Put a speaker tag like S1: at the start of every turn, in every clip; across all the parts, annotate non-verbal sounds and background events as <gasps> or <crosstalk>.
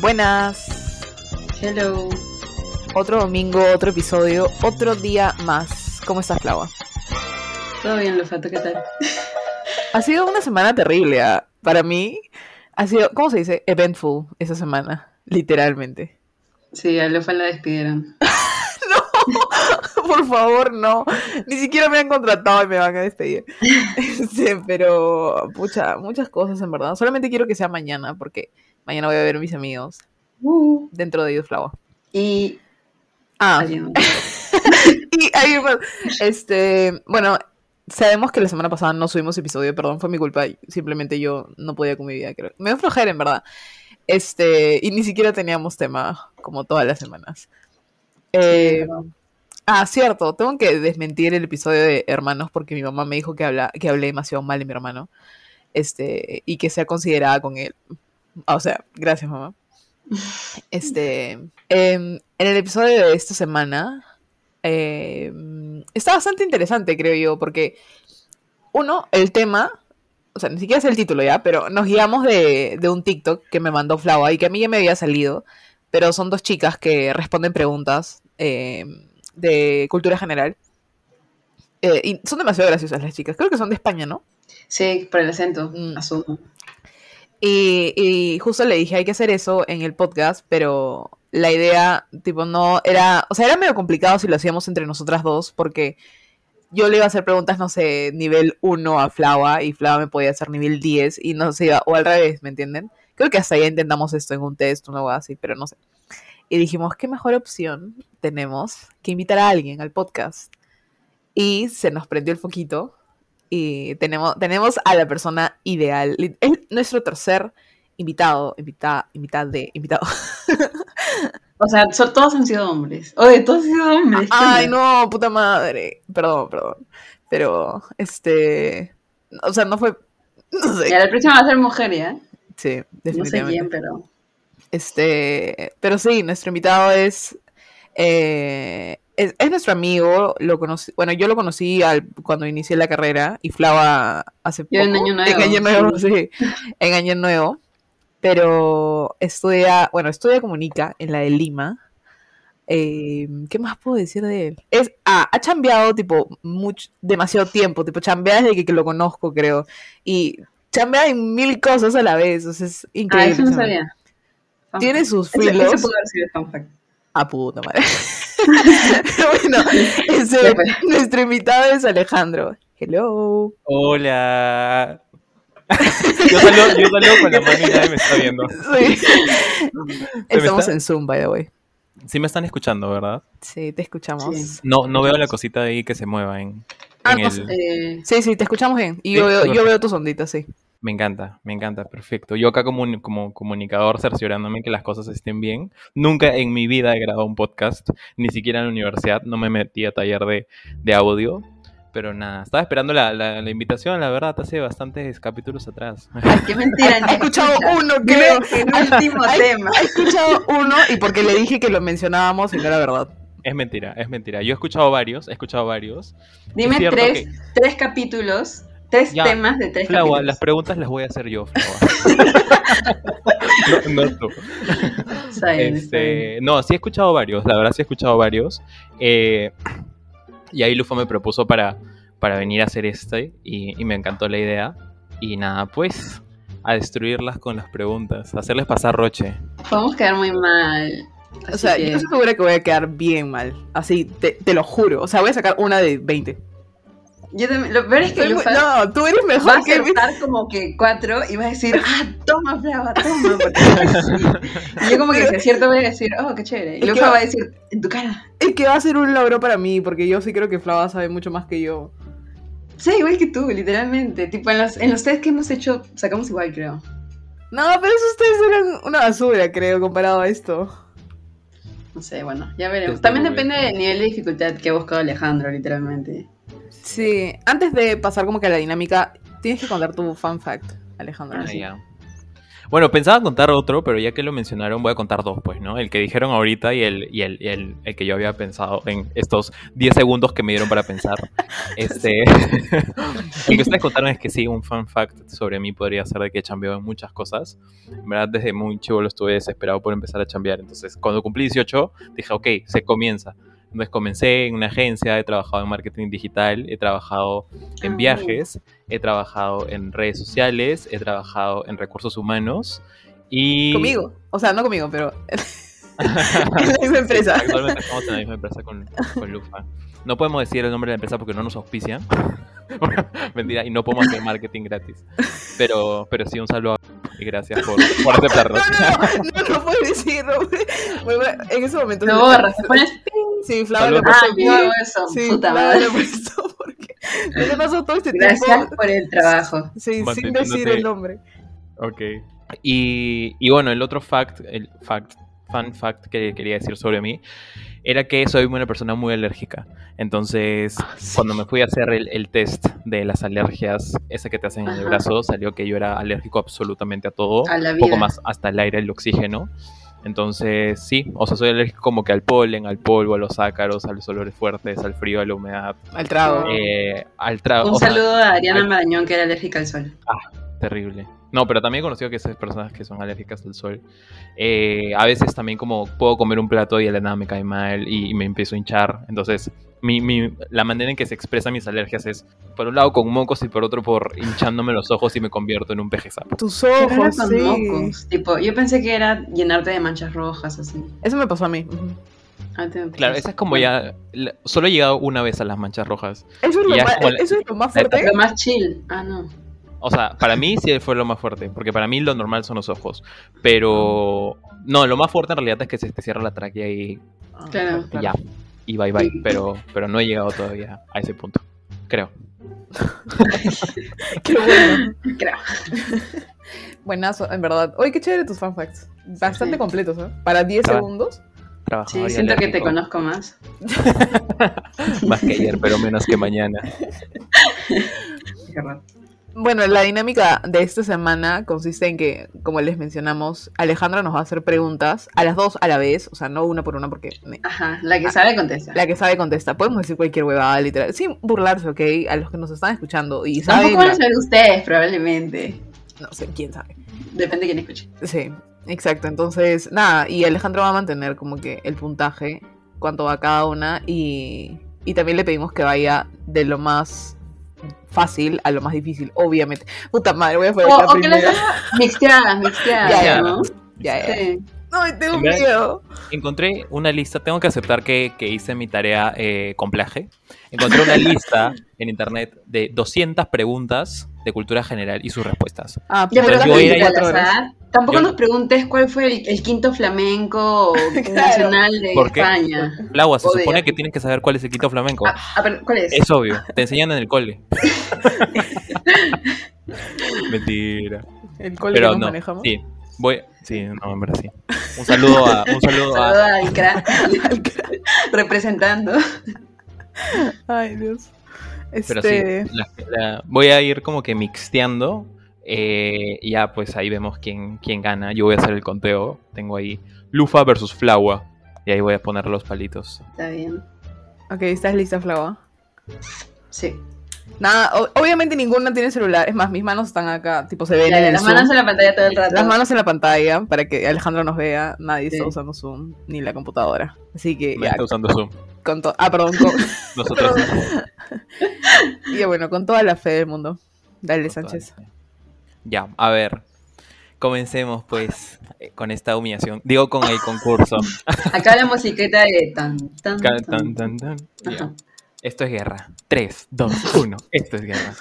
S1: Buenas.
S2: Hello.
S1: Otro domingo, otro episodio, otro día más. ¿Cómo estás, Clava?
S2: Todo bien, Lufato, ¿qué tal?
S1: Ha sido una semana terrible ¿ah? para mí. Ha sido, ¿cómo se dice? Eventful esa semana, literalmente. <laughs>
S2: Sí, a Lufa la despidieron.
S1: Por favor, no. Ni siquiera me han contratado y me van a despedir. <laughs> Este, pero, pucha, muchas cosas en verdad. Solamente quiero que sea mañana porque mañana voy a ver a mis amigos
S2: Uh,
S1: dentro de ellos, Flava.
S2: y
S1: Ah,
S2: alguien.
S1: <laughs> Y ahí, bueno, este, bueno, sabemos que la semana pasada no subimos episodio, perdón, fue mi culpa, simplemente yo no podía con mi vida, creo. Me dio flojera, en verdad. Este, y ni siquiera teníamos tema, como todas las semanas. Eh, ah, cierto, tengo que desmentir el episodio de Hermanos porque mi mamá me dijo que, habla, que hablé demasiado mal de mi hermano, este, y que sea considerada con él. Ah, O sea, gracias, mamá. Este, em, en el episodio de esta semana, eh, está bastante interesante, creo yo, porque uno, el tema, o sea, ni siquiera es el título ya, pero nos guiamos de, de un TikTok que me mandó Flava y que a mí ya me había salido, pero son dos chicas que responden preguntas eh, de cultura general. Eh, y son demasiado graciosas las chicas, creo que son de España, ¿no?
S2: Sí, por el acento,
S1: Mm.
S2: asumo.
S1: Y, y justo le dije, hay que hacer eso en el podcast, pero la idea, tipo, no era, o sea, era medio complicado si lo hacíamos entre nosotras dos, porque yo le iba a hacer preguntas, no sé, nivel 1 a Flava y Flava me podía hacer nivel 10 y no se iba, o al revés, ¿me entienden? Creo que hasta ya intentamos esto en un test, una cosa así, pero no sé. Y dijimos, ¿qué mejor opción tenemos que invitar a alguien al podcast? Y se nos prendió el foquito y tenemos, tenemos a la persona ideal. Li- Es nuestro tercer invitado, invitada, invitada de, invitado.
S2: <laughs> O sea, so- todos han sido hombres. Oye, todos han sido hombres.
S1: Ah, Ay,
S2: <laughs> ¿qué onda?
S1: no, puta madre. Perdón, perdón. Pero, este, o sea, no fue, no
S2: Ya,
S1: sé.
S2: la próxima va a ser mujer, ¿ya?
S1: Sí,
S2: No sé
S1: definitivamente.
S2: quién, pero...
S1: Este, pero sí, nuestro invitado es, eh, es, es nuestro amigo, lo conocí, bueno, yo lo conocí al- cuando inicié la carrera y Flava hace
S2: Yo
S1: poco.
S2: en Año Nuevo,
S1: Año Nuevo, <laughs> sí, en Año Nuevo, pero estudia, bueno, estudia comunica en la de Lima. Eh, ¿Qué más puedo decir de él? Es, ah, ha chambeado tipo mucho, demasiado tiempo, tipo chambea desde que, que lo conozco, creo, y chambea en mil cosas a la vez, o sea, es
S2: Ah,
S1: increíble.
S2: eso no
S1: ese man.
S2: sabía. Fun
S1: Tiene
S2: fact.
S1: sus
S2: Ese-
S1: filos.
S2: Ese pudo haber sido fun fact.
S1: Ah, puta madre.
S2: <laughs>
S1: bueno, ese-
S2: Ya fue.
S1: nuestro invitado es Alejandro. Hello.
S3: Hola. Yo saludo, yo saludo con la mano y nadie me está viendo.
S2: <laughs>
S1: Sí. Estamos
S3: está?
S1: en Zoom, by the way.
S3: Sí me están escuchando, ¿verdad?
S1: Sí, te escuchamos.
S2: Sí.
S1: Sí,
S3: No, no veo la cosita ahí que se mueva en,
S1: Ah,
S3: en
S1: no
S3: el-
S2: Eh,
S1: sí, te escuchamos bien. Y
S3: Sí,
S1: yo, veo, yo
S3: perfecto.
S1: veo tus onditas, sí.
S3: Me encanta, me encanta, perfecto. Yo acá como, un- como comunicador cerciorándome que las cosas estén bien. Nunca en mi vida he grabado un podcast, ni siquiera en la universidad, no me metí a taller de, de audio. Pero nada, estaba esperando la, la- la invitación, la verdad, hace bastantes capítulos atrás.
S2: ay, qué mentira.
S1: <laughs> He escuchado uno, creo.
S2: <laughs> Creo que el último
S1: Ay,
S2: tema.
S1: He escuchado uno y porque le dije que lo mencionábamos y no era verdad.
S3: Es mentira, es mentira. Yo he escuchado varios, he escuchado varios.
S2: Dime
S3: Es cierto
S2: tres,
S3: que-
S2: tres capítulos, tres
S3: Ya.
S2: temas de tres
S3: Flava,
S2: capítulos.
S3: las preguntas las voy a hacer yo, Flava.
S2: <laughs>
S3: no, no tú.
S2: Está bien, está bien.
S3: Este, no, sí he escuchado varios, la verdad sí he escuchado varios. Eh, y ahí Lufa me propuso para, para venir a hacer este y, y me encantó la idea. Y nada, pues a destruirlas con las preguntas, hacerles pasar roche.
S2: Podemos quedar muy mal.
S1: O sea, yo estoy segura que voy a quedar bien mal. Así, te, te lo juro. O sea, voy a sacar una de 20.
S2: yo también, lo peor es que
S1: Soy muy-
S2: Lufa
S1: No, tú eres
S2: va a
S1: mejor que mí.
S2: acertar como que cuatro y va a decir, ah, toma, Flava, toma.
S1: <laughs>
S2: porque sí. Y yo como que si acierto voy a decir, oh, qué chévere. Y
S1: Es que
S2: Lufa
S1: va-
S2: va a decir, en tu cara.
S1: Es que va a ser un logro para mí, porque yo sí creo que Flava sabe mucho más que yo.
S2: Sí, igual que tú, literalmente. Tipo, en los, en los test que hemos hecho, sacamos igual, creo.
S1: No, pero eso ustedes eran una basura, creo, comparado a esto.
S2: No sé, bueno, ya veremos.
S3: Desde
S2: También
S3: luego.
S2: depende del nivel de dificultad que ha buscado Alejandro, literalmente.
S1: Sí, antes de pasar como que a la dinámica, tienes que contar tu fan fact, Alejandro.
S2: Ah,
S3: Ah,
S2: sí.
S3: ya. Bueno, pensaba contar otro, pero ya que lo mencionaron, voy a contar dos, pues, ¿no? El que dijeron ahorita y el, y el, y el, el que yo había pensado en estos 10 segundos que me dieron
S2: <laughs>
S3: para pensar. Este, <laughs> el que ustedes contaron es que sí, un fun fact sobre mí podría ser de que chambeo en muchas cosas. En verdad, desde muy chivo lo estuve desesperado por empezar a chambear. Entonces, cuando cumplí 18, dije, ok, se comienza. Entonces comencé en una agencia, he trabajado en marketing digital, he trabajado en
S2: Ah.
S3: viajes, he trabajado en redes sociales, he trabajado en recursos humanos y... <laughs>
S1: Conmigo. O sea, no conmigo, pero. <laughs> en la misma empresa.
S3: Actualmente estamos en la misma empresa con, con Lufa. No podemos decir el nombre de la empresa porque no nos auspician. <laughs> Mentira, y no podemos hacer marketing gratis. Pero, pero sí, un saludo y gracias por, por aceptarnos.
S1: No, no, no puedes decir, no puedes- Bueno, bueno, En ese momento.
S2: Lo borras, te pones.
S1: Sí, Flava
S3: Saludos.
S1: lo
S2: Ah,
S1: puso.
S2: yo hago eso.
S1: Sí,
S2: puta
S1: Flava
S2: madre.
S1: lo puso porque. Yo le paso todo este
S2: Gracias
S1: tiempo.
S2: por el trabajo.
S1: Sí, sin
S3: Manteniéndote-
S1: decir el nombre.
S3: Ok. Y, y bueno, el otro fact, el fact, fun fact que quería decir sobre mí era que soy una persona muy alérgica. Entonces,
S2: Ah,
S3: cuando me fui a hacer el, el test de las alergias, ese que te hacen en el
S2: Ajá.
S3: brazo, salió que yo era alérgico absolutamente a todo,
S2: A la
S3: un poco
S2: vida.
S3: más hasta el aire, el oxígeno. Entonces, sí, o sea, soy alérgico como que al polen, al polvo, a los ácaros, a los olores fuertes, al frío, a la humedad,
S1: Al trago.
S3: eh, al trago.
S2: Oh. Un
S3: o sea,
S2: saludo a Ariana
S3: ay.
S2: Marañón, que era alérgica al sol.
S3: Terrible. No, pero también he conocido que esas personas que son alérgicas al sol, eh, a veces también como puedo comer un plato y de la nada me cae mal y, y me empiezo a hinchar. Entonces, mi, mi- la manera en que se expresan mis alergias es, por un lado con mocos y por otro por hinchándome los ojos y me convierto en un pejezapo.
S1: Tus
S2: Qué raro
S1: ojos,
S2: con
S1: sí.
S2: mocos. Tipo, yo pensé que era llenarte de manchas rojas, así.
S1: Eso me pasó a mí. Ujú.
S2: Ah, te-
S3: Claro, esa es como ya... la- Solo he llegado una vez a las manchas rojas.
S1: Eso es, lo
S3: Y ya
S1: más,
S3: como la-
S1: eso es lo más
S3: la
S1: fuerte.
S2: Lo más chill. Ah, no.
S3: O sea, para mí sí fue lo más fuerte, porque para mí lo normal son los ojos. Pero... No, lo más fuerte en realidad es que se te cierra la tráquea y
S1: Ah,
S2: Claro.
S3: y ya. Y bye bye.
S2: Sí.
S3: Pero, pero no he llegado todavía a ese punto. Creo.
S1: <laughs> Qué bueno.
S2: <laughs> Creo.
S1: <laughs> Buenazo, en verdad. Oye, qué chévere tus fun facts. Bastante
S2: Sí.
S1: completos, ¿eh? Para 10
S3: Claro.
S1: segundos.
S3: Trabajador
S2: Sí,
S3: y
S2: siento que te
S3: alérgico.
S2: conozco más.
S3: Más que ayer, pero menos que mañana.
S2: Qué raro.
S1: Bueno, la dinámica de esta semana consiste en que, como les mencionamos, Alejandra nos va a hacer preguntas a las dos a la vez, o sea, no una por una porque me-
S2: Ajá, la
S3: Ah,
S2: que sabe contesta.
S1: la que sabe contesta. Podemos decir cualquier huevada, literal, sin burlarse, ¿ok? A los que nos están escuchando y saben...
S2: Tampoco van a
S1: la-
S2: saber ustedes, probablemente.
S1: No sé, quién sabe.
S2: Depende de quién escuche.
S1: Sí, exacto. Entonces, nada, y Alejandra va a mantener como que el puntaje, cuánto va cada una, y, y también le pedimos que vaya de lo más fácil a lo más difícil, obviamente. Puta madre, voy a
S2: O,
S1: poner Oh, la
S2: Oh, o que
S1: <laughs>
S2: las
S1: primera.
S2: haga mixteadas, mixteadas,
S1: Ya, ya.
S2: ¿no?
S1: Ya, ya.
S3: Eh,
S2: Sí.
S1: Ay, tengo
S3: En verdad-
S1: miedo.
S3: <laughs> Encontré una lista. Tengo que aceptar que, que hice mi tarea eh, con plaje. Encontré una lista en internet de 200 preguntas de cultura general y sus respuestas.
S1: Ah,
S2: Ya, pero
S3: Yo
S2: tampoco,
S3: voy a ir
S2: al azar. tampoco
S3: Yo-
S2: nos preguntes cuál fue el, el quinto flamenco
S1: <laughs>
S2: nacional de
S3: ¿Por qué? Oh.
S2: España.
S3: Laua, se
S2: Joder.
S3: supone que tienes que saber cuál es el quinto flamenco.
S2: Ah, ah, pero, ¿Cuál es?
S3: Es obvio, te enseñan en
S2: <laughs>
S3: el cole. Mentira.
S1: El cole
S3: pero
S1: que nos
S3: no,
S1: manejamos.
S3: sí, voy, sí, no,
S1: <laughs>
S3: en verdad sí. Un saludo a, un saludo
S2: Saludo
S3: a,
S2: a <laughs> Icra, representando.
S1: Ay, Dios.
S3: pero
S1: Este,
S3: sí, la- la- voy a ir como que mixteando, eh, y ya pues ahí vemos quién, quién gana, yo voy a hacer el conteo, tengo ahí Lufa versus Flagua, y ahí voy a poner los palitos.
S2: Está bien.
S1: Ok, ¿estás lista, Flava?
S2: Sí.
S1: Nada, o- obviamente ninguna tiene celular. Es más, mis manos están acá, tipo se ven
S2: Ya,
S1: en el
S2: las
S1: Zoom.
S2: manos en la pantalla todo el rato.
S1: Las manos en la pantalla para que Alejandro nos vea. Nadie
S2: Sí.
S1: está usando Zoom ni la computadora. Así que
S3: No
S1: ya,
S3: está usando Zoom,
S1: con to- Ah, perdón. Con... <laughs>
S3: nosotros
S1: Perdón. y ya, bueno, con toda la fe del mundo. Dale, Sánchez.
S3: Ya, a ver, comencemos pues eh, con esta humillación, digo con
S1: <laughs>
S3: el concurso.
S2: Acá la musiqueta de tan, tan,
S3: Ca-
S2: tan.
S3: tan, tan, tan. Ya.
S2: Ajá.
S3: Esto es guerra. 3, 2, 1. Esto es guerra.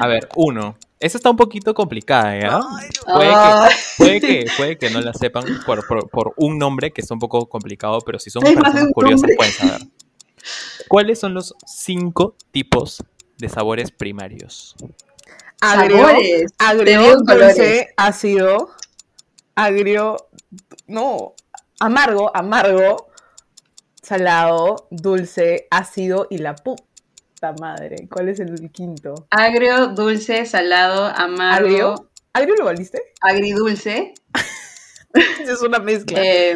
S3: A ver, 1. Esa está un poquito complicada, ¿ya? Puede
S1: Oh,
S2: Ay,
S3: que, puede que, puede que no la sepan por, por- por un nombre que está un poco complicado, pero si son
S2: Hay más de
S3: personas
S2: un
S3: curiosas
S2: nombre.
S3: pueden saber. ¿Cuáles son los 5 tipos de sabores primarios?
S1: Agrio,
S2: sabores. Te
S1: agrio,
S2: digo colores.
S1: dulce, ácido, agrio, no, amargo, amargo, salado, dulce, ácido y la puta madre. ¿Cuál es el quinto?
S2: Agrio, dulce, salado, amargo,
S1: Agrio. ¿Agrio lo valiste?
S2: Agridulce.
S1: Es una mezcla.
S2: Eh,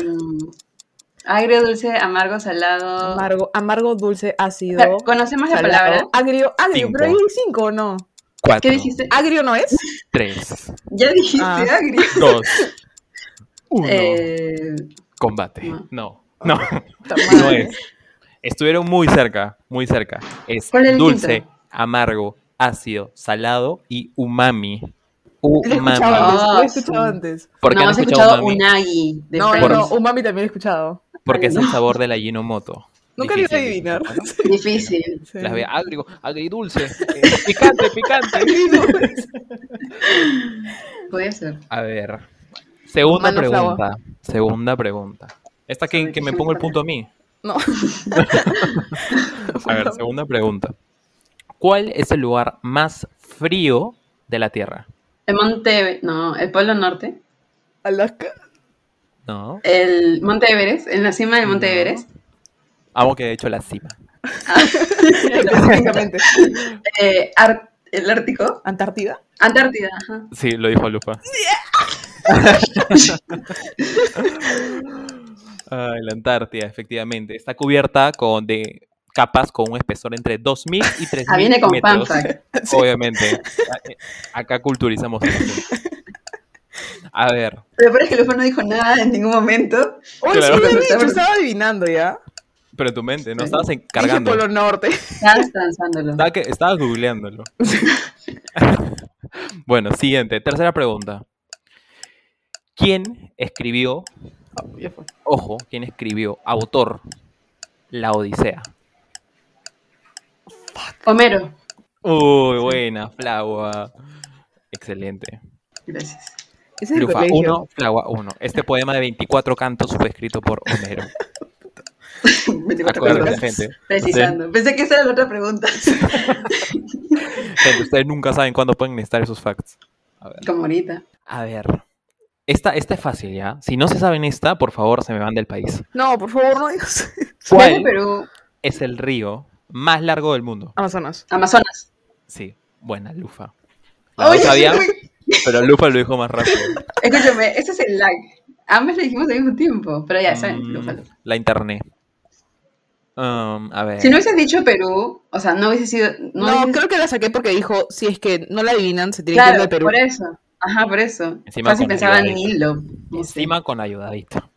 S2: agridulce, amargo, salado.
S1: Amargo, amargo, dulce,
S2: O
S1: ácido.
S2: sea, ¿Conocemos la
S1: salado.
S2: palabra?
S1: Agrio, agrio,
S3: Cinco.
S1: pero ahí hay cinco, ¿no?
S3: Cuatro.
S2: ¿Qué dijiste?
S1: ¿Agrio no es?
S3: Tres.
S2: Ya dijiste
S1: Ah.
S3: <laughs>
S2: agrio.
S3: Dos. Uno.
S2: <laughs> Eh,
S3: Combate.
S2: no.
S3: No. No.
S1: Puta
S3: No
S1: madre.
S3: es. Estuvieron muy cerca, muy cerca. Es
S2: ¿Cuál es el
S3: dulce,
S2: quinto?
S3: amargo, ácido, salado y umami.
S1: Lo he escuchado antes, lo
S3: Umami.
S1: he
S2: Ah,
S1: escuchado
S2: sí.
S1: antes.
S3: ¿Por qué
S2: no,
S3: han
S2: has
S3: escuchado
S2: escuchado
S3: umami?
S2: unagi de
S1: No, no,
S2: Friends.
S1: no, Umami también lo he escuchado.
S3: Porque es el
S2: No.
S3: sabor de la Ginomoto.
S1: Nunca lo iba a
S3: Difícil,
S1: adivinar.
S3: difícil, ¿no?
S2: Difícil.
S1: Sí.
S3: Las veía agrio, agridulce, eh, picante, picante.
S2: Puede ser.
S3: A ver. Segunda
S1: Mano
S3: pregunta.
S1: flava.
S3: Segunda pregunta. Esta que,
S2: Sobre
S3: que
S2: qué
S3: me
S2: se
S3: pongo el
S2: encuentra.
S3: punto <laughs> a mí.
S1: No.
S3: A ver, segunda pregunta. ¿Cuál es el lugar más frío de la Tierra?
S2: El Monte, no, el Polo Norte.
S1: Alaska. <laughs>
S3: No.
S2: El Monte Everest, en la cima del Monte
S3: No.
S2: Everest. <laughs>
S3: Amo que Ah, de hecho la cima.
S1: Específicamente.
S2: Eh, Ar- el Ártico.
S1: ¿Antártida?
S2: Antártida, ajá.
S3: Sí, lo dijo <laughs> Lupa. Ay, Ah, la Antártida, efectivamente. Está cubierta con de capas con un espesor entre 2.000 y 3.000
S2: Ah, viene con
S3: metros. <laughs>
S2: fanfact.
S3: Obviamente. A- Acá culturizamos.
S2: <laughs>
S3: el asunto. A ver.
S2: Pero parece que Lufa no dijo nada en ningún momento.
S1: Oye,
S3: Claro.
S1: sí lo he dicho, estaba adivinando ya.
S3: Pero en tu mente, no
S2: Sí.
S3: estabas
S1: Dije
S3: encargando.
S1: Polo
S3: <laughs>
S1: Norte.
S2: Estabas danzándolo.
S3: Estaba, que- estabas googleándolo. <laughs> bueno, siguiente. Tercera pregunta. ¿Quién escribió,
S1: Ya fue.
S3: ojo, quién escribió, autor, La Odisea?
S2: Homero.
S3: Uy, buena, Flagua. Excelente.
S2: Gracias.
S1: Ese es el
S3: Lufa
S1: colegio.
S3: 1, Flagua 1. Este poema de 24 cantos fue escrito por Homero.
S2: 24
S3: Acuérdate,
S2: cosas.
S3: gente.
S2: Precisando. Pensé que esa era la otra pregunta.
S3: Gente, ustedes nunca saben cuándo pueden necesitar esos facts. A ver.
S2: Como ahorita.
S3: A ver. Esta, esta es fácil, ¿ya? Si no se saben esta, por favor, se me van del país.
S1: No, por favor, no digas.
S2: Es de Perú.
S3: es el río más largo del mundo?
S1: Amazonas.
S2: Amazonas.
S3: Sí, buena, Lufa. La
S2: Oye,
S3: otra
S2: <laughs>
S3: había,
S2: uy,
S3: pero Lufa lo dijo más rápido.
S2: Escúchame, ese es el lag. Ambas lo dijimos al mismo tiempo. Pero ya, saben,
S3: Mm,
S2: Lufa, Lufa.
S3: La internet. Um, a ver.
S2: Si no hubieses dicho Perú, o sea, no hubiese sido.
S1: No,
S2: No, hubieses-
S1: creo que la saqué porque dijo, si es que no la adivinan, se tiene que ir
S2: claro,
S1: de Perú.
S2: por eso. Ajá, por eso.
S3: Encima
S2: Fácil
S3: con
S2: pensaba en
S3: ayudadita.
S2: hilo. No sé.
S3: Encima con ayudadita.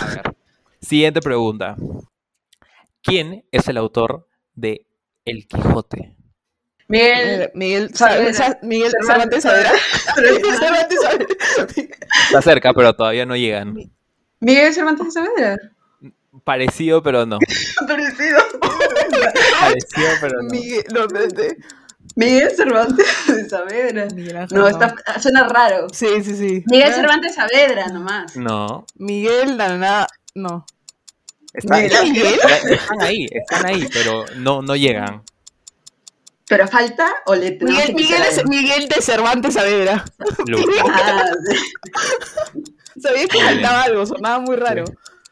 S3: A ver. Siguiente pregunta. ¿Quién es el autor de El Quijote?
S2: Miguel.
S1: Eh, Miguel,
S2: Saavedra.
S1: Sa- Miguel
S2: Cervantes
S1: Cervantes Saavedra. Miguel Cervantes Saavedra.
S3: Está cerca, pero todavía no llegan.
S2: Miguel Cervantes de Saavedra.
S3: Parecido, pero no.
S2: Parecido.
S3: Parecido, pero no.
S1: Miguel, no, de- de-
S2: Miguel Cervantes de Saavedra.
S1: Miguel Ángel,
S2: No, está, suena raro.
S1: Sí, sí, sí.
S2: Miguel Cervantes Saavedra nomás.
S3: No.
S1: Miguel, la nada, no.
S3: Está-
S1: Mira, Miguel.
S3: está- están ahí, están ahí, pero no, no llegan.
S2: Pero falta o le tenemos
S1: Miguel,
S2: que
S1: Miguel,
S2: quitar
S1: es,
S2: algo?
S1: Miguel de Cervantes Saavedra.
S3: Lufa.
S2: Ah, sí.
S1: Sabía que
S3: Muy bien.
S1: faltaba algo, sonaba muy raro.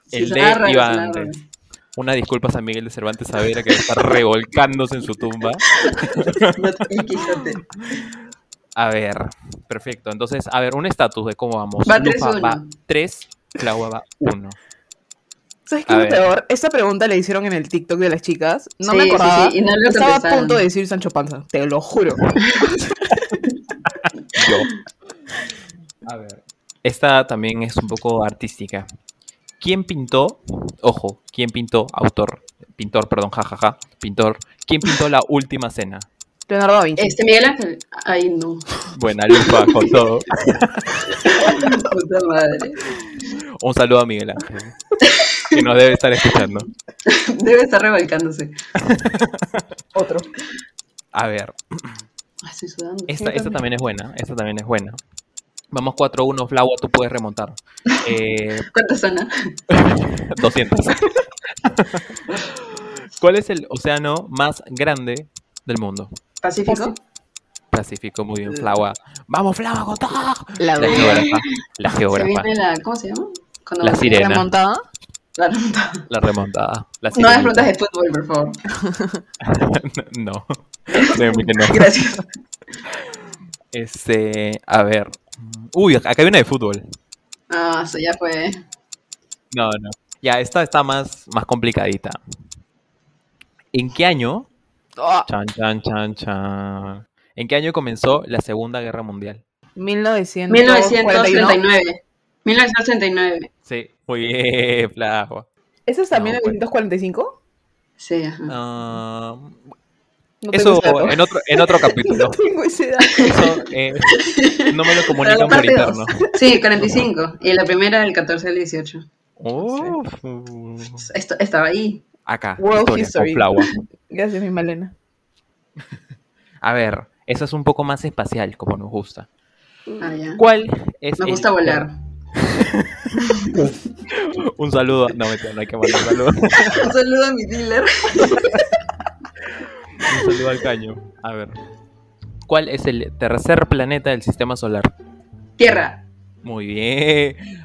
S2: Sí,
S3: El de
S2: sonaba raro,
S3: iba
S2: sonaba
S3: antes.
S2: raro.
S3: Una disculpa a San Miguel de Cervantes Saavedra que está revolcándose en su tumba.
S2: Ah, <laughs> No, el Quijote.
S3: A ver, perfecto. Entonces, a ver, un estatus de cómo vamos.
S2: Va
S3: Lufa
S2: 3-1.
S3: va 3, Claudia va 1.
S1: ¿Sabes qué
S3: A
S1: es lo
S3: ver.
S1: peor? Esta pregunta la hicieron en el TikTok de las chicas. No
S2: Sí,
S1: me
S2: sí,
S1: acordaba.
S2: sí, y no lo
S1: Estaba a
S2: contestaron.
S1: punto de decir Sancho Panza, te lo juro.
S3: Yo. A ver. Esta también es un poco artística. ¿Quién pintó? Ojo, ¿quién pintó? Autor. Pintor, perdón, jajaja. Pintor. ¿Quién pintó la última cena?
S1: Leonardo da Vinci.
S2: Este Miguel Ángel. Ay, no. <laughs>
S3: Buena lupa con todo.
S2: Puta madre.
S3: Un saludo a Miguel Ángel, que nos debe estar escuchando.
S2: Debe estar revolcándose.
S1: Otro.
S3: A ver,
S2: Ay, estoy sudando.
S3: esta, esta también es buena, esta también es buena. Vamos 4-1, Flau, tú puedes
S2: <laughs>
S3: remontar. Eh, <laughs>
S2: ¿Cuánto suena?
S3: 200.
S2: <laughs>
S3: ¿Cuál es el océano más grande del mundo?
S2: ¿Pacífico?
S3: Pacífico, muy bien, Flaua. ¡Vamos, Flaua, con todo!
S1: La
S3: La
S1: de
S3: geógrafa, la
S2: Se
S3: geógrafa,
S2: viene la. ¿Cómo se llama? Cuando
S3: La
S2: voltea.
S3: sirena.
S1: la montada.
S2: La ronda.
S3: la remontada. La
S2: No hagas
S3: sirenita.
S2: preguntas de fútbol, por favor.
S3: <laughs> No, obviamente no.
S2: Gracias.
S3: Este, a ver. Uy, acá hay una de fútbol.
S2: Ah, eso ya fue.
S3: No, no. Ya, esta está más, más complicadita. ¿En qué año?
S1: Ah,
S3: Chan, chan, chan, chan. ¿En qué año comenzó la Segunda Guerra Mundial?
S1: 1949.
S2: 1939. 1939.
S3: Sí, muy bien, Flaco.
S1: ¿Eso es también
S3: No,
S1: el
S3: pues.
S1: 1945?
S2: Sí, ajá.
S3: Ah,
S1: No tengo
S3: eso
S1: ese dato.
S3: en otro, en otro capítulo.
S1: No <laughs> tengo ese dato.
S3: Eso, eh, no me lo comunican por
S2: parte dos.
S3: interno.
S2: Sí, 45. Y la primera del 14 al 18.
S3: Uf.
S2: Esto, estaba ahí.
S3: Acá,
S1: World
S3: historia,
S1: history.
S3: con Flawa.
S1: Gracias, mi Malena.
S3: A ver, eso es un poco más espacial, como nos gusta.
S2: Ah, ya.
S3: ¿Cuál es
S2: Nos
S3: el-
S2: gusta volar.
S3: Un saludo. No, mentira, no hay que mandar <laughs> un saludo.
S2: Un saludo a mi dealer.
S3: Un saludo al caño. A ver. ¿Cuál es el tercer planeta del sistema solar?
S2: Tierra.
S3: Muy bien.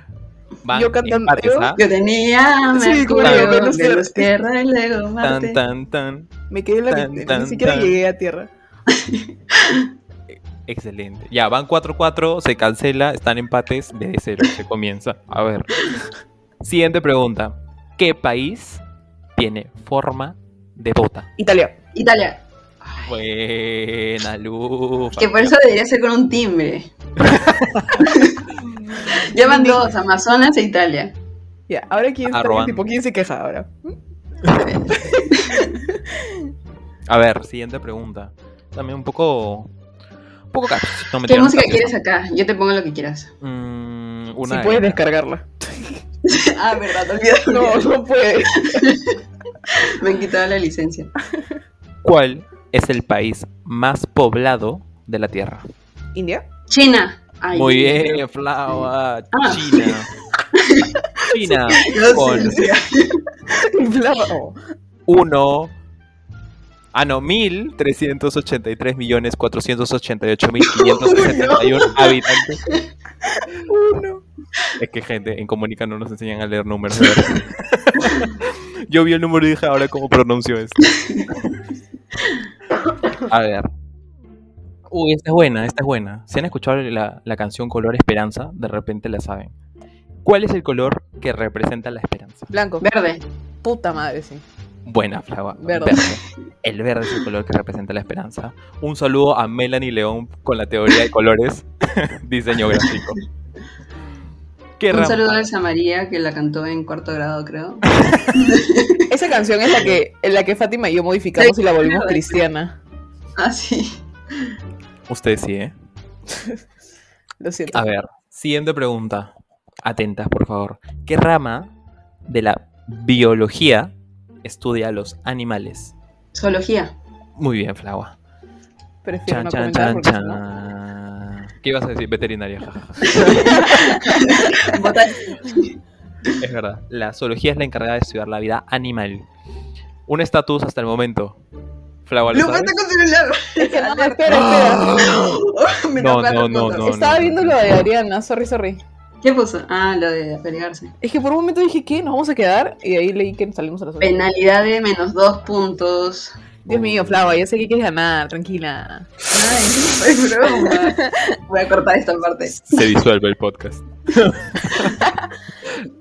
S3: Van
S1: Yo cantando-
S3: empates,
S1: yo-
S3: ¿ah?
S2: Yo tenía
S1: Sí,
S2: Mercurio,
S1: claro, Venus,
S2: de
S1: Tierra.
S2: los Tierra y luego Marte.
S3: Tan, tan, tan.
S1: Me quedé en la
S3: Tan,
S1: mitad,
S3: tan,
S1: ni siquiera
S3: tan.
S1: llegué a tierra.
S3: Excelente. Ya, van 4-4, se cancela, están empates desde cero, se comienza. A ver. Siguiente pregunta. ¿Qué país tiene forma de bota?
S1: Italia.
S2: Italia.
S3: Buena luz.
S2: Que por eso debería ser con un timbre. <laughs> Llevan dos, Amazonas e Italia.
S1: Ya, ahora quién está
S3: Arrobando.
S1: tipo, ¿quién se queja ahora?
S3: A ver, siguiente pregunta. También un poco. Un poco capcioso.
S2: ¿Qué
S3: No, mentira, no
S2: música
S3: capcioso.
S2: quieres acá? Yo te pongo lo que quieras.
S3: Mm,
S1: Si
S3: una de-
S1: puedes descargarla.
S2: Ah, verdad, te olvidas.
S1: <laughs> No, no puedes.
S2: Me han quitado la licencia.
S3: ¿Cuál es el país más poblado de la Tierra?
S1: ¿India?
S2: China. Ay,
S3: Muy bien, Flava.
S2: Ah. <laughs>
S3: China. China.
S2: Yo
S3: con
S2: sí, sí.
S1: Claro.
S3: uno. Ah, no, 1.383.488.561 habitantes.
S1: Uno.
S3: Es que, gente, en Comunica no nos enseñan a leer números. de verdad. <laughs> Yo vi el número y dije, ahora cómo pronuncio esto. A ver. Uy, esta es buena, esta es buena. Si han escuchado la, la canción Color Esperanza, de repente la saben. ¿Cuál es el color que representa la esperanza?
S1: <laughs> Blanco.
S2: Verde.
S1: Puta madre, sí.
S3: Buena, Flava.
S1: Verde.
S2: <laughs>
S3: El verde es el color que representa la esperanza. Un saludo a Melanie León con la teoría de colores, <laughs> diseño gráfico. ¿Qué
S2: Un
S3: rama?
S2: saludo a Elsa María, que la cantó en cuarto grado, creo.
S1: Esa canción es la que, en la que Fátima y yo modificamos
S2: Sí,
S1: y la volvimos
S2: claro.
S1: cristiana.
S2: Ah, sí.
S3: Usted sí, ¿eh?
S1: Lo siento.
S3: A ver, siguiente pregunta. Atentas, por favor. ¿Qué rama de la biología estudia a los animales?
S2: Zoología.
S3: Muy bien, Flagua.
S1: Prefiero
S3: Chan,
S1: no
S3: chan,
S1: comentar
S3: chan,
S1: porque si no-
S3: chan. ¿Qué ibas a decir? Veterinaria, jajaja.
S2: Botan-
S3: Es verdad. La zoología es la encargada de estudiar la vida animal. Un estatus hasta el momento. Flagua, ¿lo
S2: Lupa
S3: sabes?
S2: está con celular.
S3: <gasps>
S2: <laughs>
S1: Es que no, espera, espera.
S2: Me
S3: No,
S2: tapa la
S3: no, no,
S2: cosa.
S3: Ah, no.
S1: Estaba viendo lo de Ariana, sorry, sorry.
S2: ¿Qué puso? Ah, lo de pegarse.
S1: Es que por un momento dije, ¿qué? ¿Nos vamos a quedar? Y de ahí leí que salimos a las ocho.
S2: Penalidad de menos dos puntos.
S1: Dios mío, Flava, ya sé que quieres ganar, tranquila.
S2: Ay, <laughs> es broma. Voy a cortar esta parte.
S3: <laughs> Se disuelve el podcast.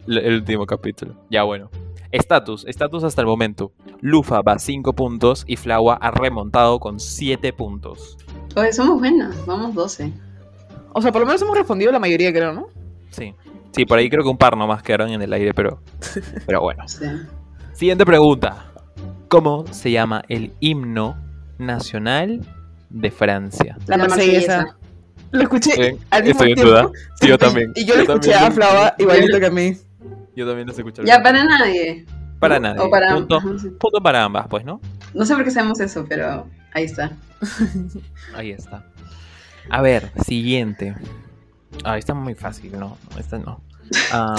S3: L- <laughs> el último capítulo. Ya bueno. Estatus, estatus hasta el momento. Lufa va 5 puntos y Flawa ha remontado con 7 puntos.
S2: Oye, somos buenas. Vamos 12.
S1: O sea, por lo menos hemos respondido la mayoría, creo, ¿no?
S3: Sí. Sí, por ahí creo que un par nomás quedaron en el aire, pero. Pero bueno.
S2: Sí.
S3: Siguiente pregunta. ¿Cómo se llama el himno nacional de Francia?
S1: La, marsellesa. Lo escuché
S3: Bien,
S1: <laughs> al mismo
S3: Estoy en
S1: tiempo.
S3: duda. Sí, yo también.
S1: Y yo lo escuché a
S3: también.
S1: Flava igualito que a mí.
S3: Yo también los escuché.
S2: Ya para nadie.
S3: Para nadie.
S2: O para
S3: Punto,
S2: ajá, sí.
S3: punto para ambas, pues, ¿no?
S2: No sé por qué sabemos eso, pero ahí está.
S3: Ahí está. A ver, siguiente. Ah, esta es muy fácil, no, esta no. Am,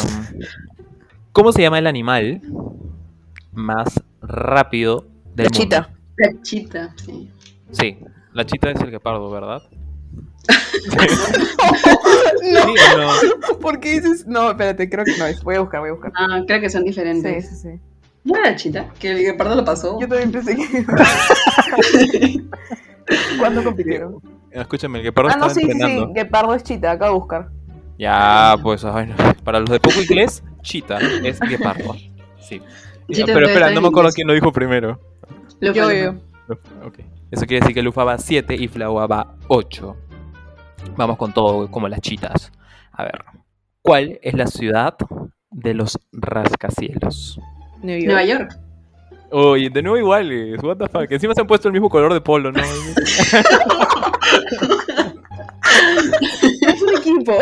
S3: ¿Cómo se llama el animal más rápido del
S1: La
S3: mundo?
S1: chita. <laughs>
S2: Cachita, sí.
S3: Sí, la chita es el
S1: <laughs>
S3: guepardo, ¿verdad? <laughs>
S1: No,
S3: Sí o no.
S1: ¿por qué dices? No, espérate, creo que no es. Voy a buscar, voy a buscar.
S2: Ah, creo que son
S1: Sí,
S2: diferentes.
S1: sí, sí.
S2: ¿No era chita? Que el guepardo lo
S1: <laughs>
S2: pasó.
S1: Yo también pensé que. ¿Cuándo compitieron?
S3: Escúchame, el guepardo
S1: Ah, no,
S3: estaba
S1: sí, sí, sí.
S3: entrenando.
S1: Guepardo es chita, acabo de buscar.
S3: Ya, pues, ay, no. para los de poco inglés, chita es guepardo. Sí. Ya,
S2: Chita
S3: pero
S2: entonces
S3: espera,
S2: está
S3: no
S2: en
S3: me acuerdo
S2: inglés.
S3: quién lo dijo primero.
S2: Lufa,
S1: Yo,
S2: lufa.
S1: yo.
S3: Ok. Eso quiere decir que Lufa va 7 y Flaua va 8. Vamos con todo, como las chitas. A ver, ¿cuál es la ciudad de los rascacielos?
S1: New York.
S2: Nueva York.
S3: Oye, de nuevo iguales, what the fuck. Encima se han puesto el mismo color de
S2: <laughs>
S3: polo, ¿no?
S1: Es un equipo.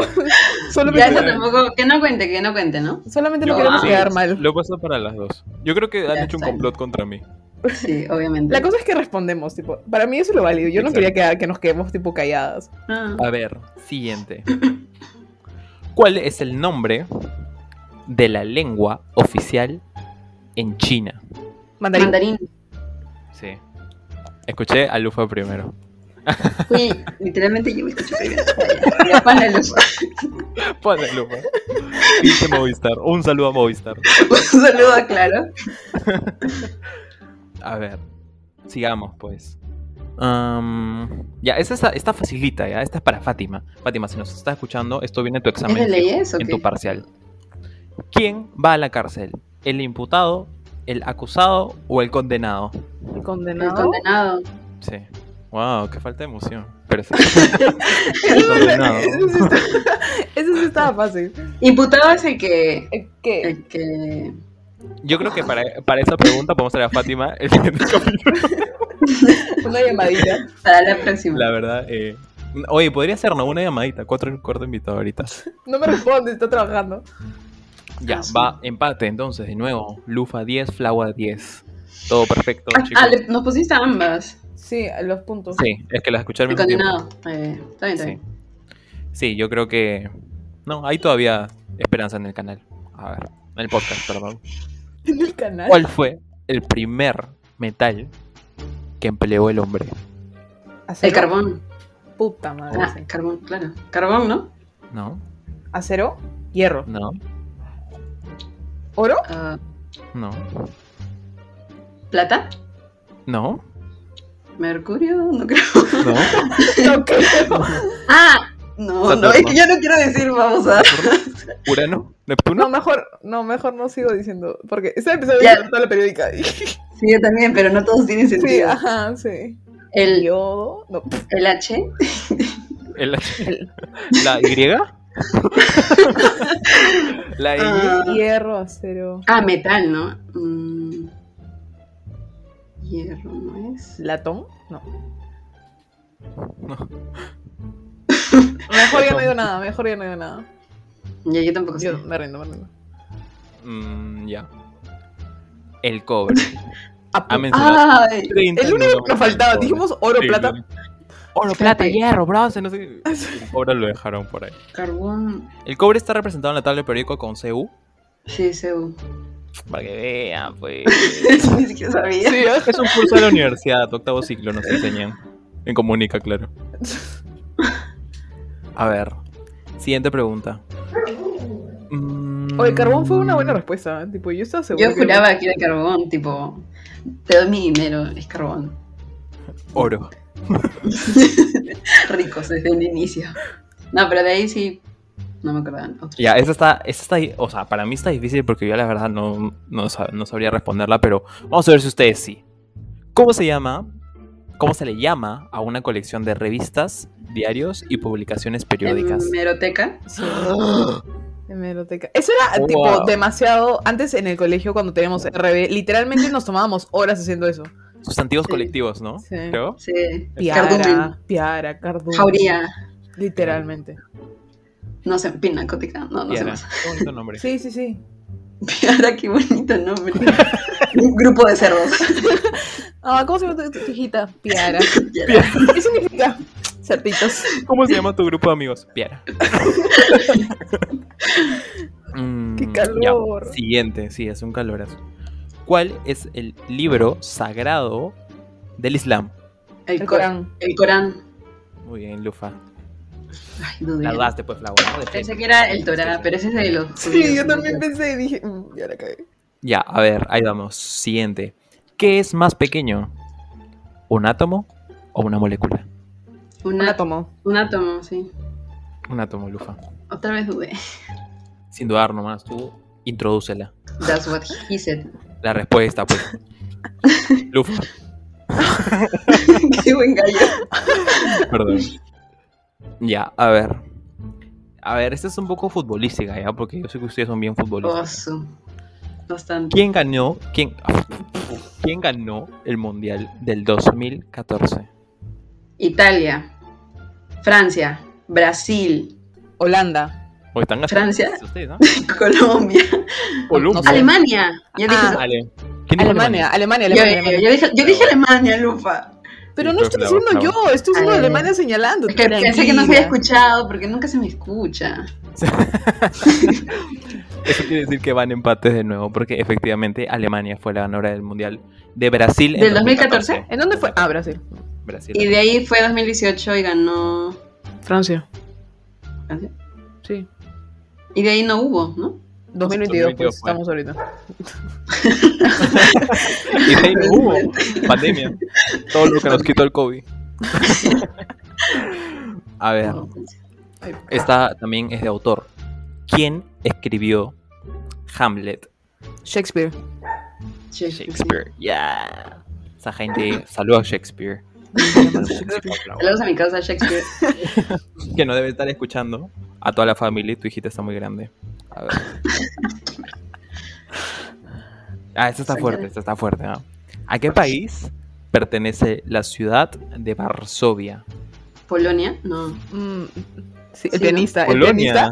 S1: <laughs>
S2: Ya
S1: solamente
S2: eso tampoco, que no cuente, que no cuente, ¿no?
S1: solamente no
S2: No,
S1: queremos
S2: sí.
S1: quedar mal.
S3: Lo paso para las dos. Yo creo que han
S2: Ya
S3: hecho un
S2: está.
S3: complot contra mí.
S2: Sí, obviamente.
S1: La cosa es que respondemos, tipo, para mí eso es lo válido. Yo no
S3: Exacto.
S1: quería quedar- que nos quedemos tipo calladas.
S2: Ah.
S3: A ver, siguiente. ¿Cuál es el nombre de la lengua oficial en China?
S1: Mandarín.
S2: Mandarín.
S3: Sí. Escuché a Lufa primero. <laughs>
S2: Uy, literalmente yo me escucho primero. Ya, ya, páralo.
S3: Ponle Lufa. Pinche Movistar. Un saludo a Movistar.
S2: Un saludo, claro.
S3: A ver. Sigamos, pues. Am, ya, esta está, está facilita, ya. Esta es para Fátima. Fátima, si nos estás escuchando, esto viene en tu
S2: ¿Es
S3: examen.
S2: de leyes o
S3: en tu
S2: qué?
S3: parcial. ¿Quién va a la cárcel? ¿El imputado, el acusado o el condenado?
S1: El
S2: El
S1: condenado.
S2: condenado.
S3: Sí. Wow, qué falta de emoción. Pero sí.
S1: <laughs> Eso
S3: condenado.
S1: sí está- <laughs> eso sí estaba fácil.
S2: Imputado es el que.
S1: Eh, ¿Qué?
S2: El que.
S3: Yo creo que para, para esa pregunta podemos hacer a Fátima el siguiente <laughs> capítulo.
S1: Una llamadita.
S2: Para la próxima.
S3: La verdad, eh, Oye, podría ser, ¿no? Una llamadita. Cuatro cuarto invitado ahorita.
S1: No me responde, está trabajando.
S3: Ya,
S2: Ah, sí.
S3: va empate entonces, de nuevo. Lufa 10, Flagua 10. Todo perfecto,
S2: Ah,
S3: chicos.
S2: ah, le- nos pusiste ambas.
S1: Sí, los puntos.
S3: Sí, es que las escuché al
S2: El
S3: mismo tiempo.
S2: condenado. Eh, está bien, está
S3: Sí.
S2: bien.
S3: Sí, yo creo que. No, hay todavía esperanza en el canal. A ver, en el podcast, perdón.
S1: En el canal.
S3: ¿Cuál fue el primer metal que empleó el hombre?
S2: El
S1: ¿Acero?
S2: carbón.
S1: Puta madre.
S2: Ah,
S1: sí.
S2: carbón, claro. Carbón, ¿no?
S3: No,
S1: Acero, hierro.
S3: no, <laughs>
S1: ¿Oro?
S2: Ah,
S3: no,
S2: ¿Plata?
S3: no,
S2: ¿Mercurio? No creo.
S3: no.
S1: No creo.
S2: <laughs> ¡Ah! No,
S3: Saturno.
S2: no, es que yo no quiero decir, vamos a.
S3: ¿Urano?
S1: No,
S3: ¿Neptuno?
S1: mejor, no, mejor no sigo diciendo. Porque está empezando
S2: Ya.
S1: a toda la periódica.
S2: Sí, yo también, pero no todos tienen
S1: Sí,
S2: sentido.
S1: ajá, sí.
S2: el,
S1: Diodo. No.
S2: el H,
S3: ¿El- ¿La Y? ¿La Y?
S2: Ah.
S1: Hierro, acero.
S2: Ah, metal, ¿no? Mm. Hierro, ¿no es?
S1: ¿Latón? No.
S3: No.
S1: Mejor ya no digo nada, mejor ya no digo nada.
S2: Ya, yo tampoco sé.
S1: Yo me rindo, me rindo.
S3: Mm, ya. El cobre.
S1: Ah,
S3: Ha
S1: pu-
S3: mencionado
S2: ¡Ay!
S3: 30
S1: el único que
S3: nombres
S1: nos faltaba,
S3: del cobre.
S1: dijimos oro, <laughs>
S3: Sí,
S1: plata.
S3: claro. Oro,
S2: Espérate.
S3: plata, hierro, bronce, no sé. El cobre lo dejaron por ahí.
S2: Carbón.
S3: El cobre está representado en la tabla de periódico con CU.
S2: Sí, <laughs> CU.
S3: Para que vean, pues.
S2: Ni siquiera sabía.
S1: Sí, ¿eh?
S3: Es un curso de la universidad, octavo ciclo, nos enseñan. En comunica, claro. <laughs> A ver. Siguiente pregunta. Mm,
S1: O el carbón fue una buena respuesta. ¿eh? Tipo, yo estaba segura.
S2: Yo
S1: que-
S2: juraba que era carbón, tipo, te doy mi dinero, es carbón.
S3: Oro.
S2: Ricos desde el inicio. No, pero de ahí sí, no me acordaban. otros.
S3: Ya, esa está, esa está, di- o sea, para mí está difícil porque yo la verdad no, no, sa- no sabría responderla, pero vamos a ver si ustedes sí. ¿Cómo se llama, cómo se le llama a una colección de revistas, diarios y publicaciones periódicas?
S2: Hemeroteca.
S1: Sí. Hemeroteca. Eso era
S3: Wow.
S1: tipo demasiado. Antes en el colegio, cuando teníamos RB, literalmente nos tomábamos horas haciendo
S3: <laughs>
S1: eso.
S3: Sustantivos
S2: Sí.
S3: colectivos, ¿no?
S1: Sí.
S3: Creo.
S2: Sí. Cardumen.
S1: Piara, piara, cardumen.
S2: Jauría.
S1: Literalmente.
S2: No sé, pinacoteca. No, no sé
S3: Diana,
S2: más. <laughs>
S3: Qué bonito nombre.
S1: Sí, sí, sí.
S2: Piara, qué bonito nombre. Un grupo de cerdos.
S1: Ah, ¿cómo se llama tu, tu hijita?
S2: <laughs>
S1: Piara.
S2: Piara.
S1: ¿Qué significa? Cerditos.
S3: ¿Cómo se llama tu grupo de amigos?
S1: <laughs>
S3: Piara. Mm,
S1: Qué
S3: ya.
S1: calor.
S3: Siguiente, sí, es un calorazo. ¿Cuál es el libro sagrado del Islam?
S2: El
S1: El
S2: Corán.
S1: Corán.
S2: El Corán.
S3: Muy bien, Lufa.
S2: Ay, dudé.
S3: La dudaste, pues, la buena, de
S2: Pensé
S3: frente.
S2: que era el Torá,
S3: Sí, sí.
S2: pero ese es de los.
S1: Sí,
S2: judíos,
S1: yo
S2: ¿no?
S1: también pensé y dije, "Mm, ya la cagué.
S2: Ah.
S3: Ya, a ver, ahí vamos. Siguiente. ¿Qué es más pequeño? ¿Un átomo o una molécula?
S1: Un
S2: Una,
S1: átomo.
S2: un átomo, sí.
S3: Un átomo, Lufa.
S2: Otra vez dudé.
S3: Sin dudar nomás, tú introdúcela.
S2: That's what he said.
S3: La respuesta,
S2: <laughs>
S3: pues. Lufa,
S2: Qué buen gallo.
S3: perdón. Ya, a ver. A ver, esta es un poco futbolística, ¿ya? Porque yo sé que ustedes son bien futbolistas.
S2: Oso.
S1: Ah.
S2: Bastante.
S3: ¿Quién ganó? ¿Quién, ¿Quién ganó el Mundial del 2014?
S2: Italia, Francia, Brasil,
S1: Holanda.
S3: ¿O están gastando
S2: Francia.
S3: ustedes, ¿no?
S2: Colombia,
S3: Colombia.
S1: No sé.
S2: Alemania. Ya dije,
S1: Ah,
S2: eso.
S3: Ale. ¿Quién dijo
S1: Alemania, Alemania, Alemania.
S2: Ya-
S1: Alemania.
S2: ya- ya dije- yo dije Alemania, Lufa.
S1: Pero no
S3: Sí,
S1: estoy
S3: creo que la
S1: diciendo yo, estoy diciendo
S2: Ah, ya, ya.
S1: Alemania señalando.
S2: Es que pensé que no se había
S1: Tranquila.
S2: escuchado porque nunca se me escucha.
S3: Eso quiere decir que van empates de nuevo, porque efectivamente Alemania fue la ganadora del Mundial de Brasil en
S2: ¿Del 2014?
S1: ¿En dónde fue? Ah, Brasil.
S3: Brasil.
S2: Y de ahí fue 2018 y ganó.
S1: Francia.
S2: Francia.
S1: Sí.
S2: Y de ahí no hubo, ¿no?
S1: 2022, pues
S3: 2022 fue.
S1: estamos ahorita.
S3: Y de ahí <laughs> no hubo pandemia. Todo lo que nos quitó el COVID. <laughs> A ver, esta también es de autor. ¿Quién escribió Hamlet?
S1: Shakespeare.
S3: Shakespeare. Yeah. Esa gente, saludos a Shakespeare.
S2: Saludos a mi causa Shakespeare.
S3: <laughs> que no debe estar escuchando a toda la familia y tu hijita está muy grande. A ver. <laughs> Ah, esta está fuerte, esta está fuerte. ¿no? ¿A qué país pertenece la ciudad de Varsovia?
S2: Polonia, no.
S1: Mm, sí, el
S2: Sí, ¿no?
S1: pianista. El
S3: Polonia.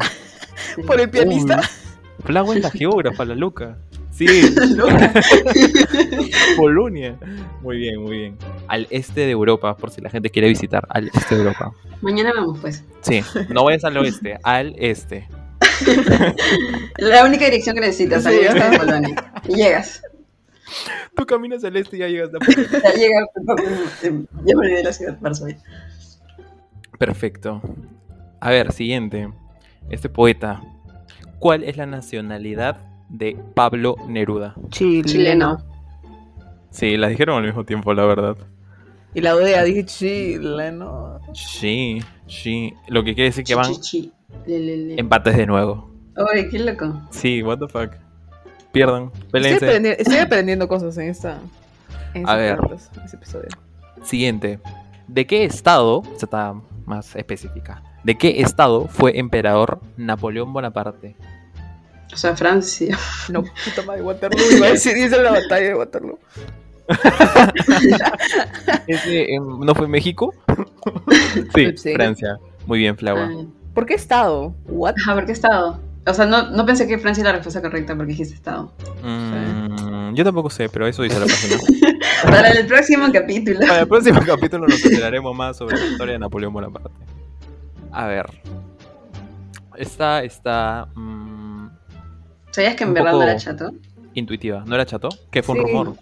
S1: pianista. <laughs> Por el pianista.
S3: Uy, Flau es la geógrafa, la loca. <laughs> Sí,
S2: Loca.
S3: Polonia. Muy bien, muy bien. Al este de Europa, por si la gente quiere visitar, al este de Europa.
S2: Mañana vamos, pues.
S3: Sí, no vayas al oeste, al este.
S2: La única dirección que necesitas,
S1: Sí,
S2: salir
S1: ajá.
S2: de Polonia. Y llegas.
S3: Tú caminas al este y ya llegas a Polonia.
S2: Ya llegas. Ya me olvidé de la ciudad de Varsovia.
S3: Perfecto. A ver, siguiente. Este poeta. ¿Cuál es la nacionalidad de Pablo Neruda?
S1: Chileno.
S2: Chileno.
S3: Sí, las dijeron al mismo tiempo, la verdad.
S1: Y la odea, dije chileno.
S3: Sí, sí. Lo que quiere decir que
S2: Chi,
S3: van Em
S2: chi, chi. Le, le, le.
S3: empates de nuevo.
S2: Oye, qué loco.
S3: Sí, what the fuck. Pierdan,
S1: Estoy
S3: pélense.
S1: aprendiendo, estoy aprendiendo cosas en esta. En
S3: A
S1: esas
S3: ver.
S1: preguntas, en ese episodio.
S3: Siguiente. ¿De qué estado? Esta está más específica. ¿De qué estado fue emperador Napoleón Bonaparte?
S2: O sea, Francia.
S1: No, puta madre,
S3: <laughs>
S1: Waterloo. Iba a decir, hice la batalla de Waterloo.
S3: Ese, em, ¿No fue México? <laughs> sí,
S1: Sí.
S3: Francia. Muy bien, Flava.
S2: Ah,
S1: ¿Por qué Estado? What?
S2: Ajá, ¿por qué estado? O sea, no, no pensé que Francia era la respuesta correcta porque dijiste estado.
S1: Ah,
S3: Mm, Yo tampoco sé, pero eso dice la página.
S2: Para el próximo capítulo.
S3: Para el próximo <laughs> capítulo nos enteraremos más sobre la historia de Napoleón Bonaparte. A ver. Esta está mm,
S2: ¿Sabías que en
S3: Un
S2: verdad no
S3: poco-
S2: era chato?
S3: intuitiva. ¿No era chato? ¿Qué fue
S1: Sí.
S3: un rumor?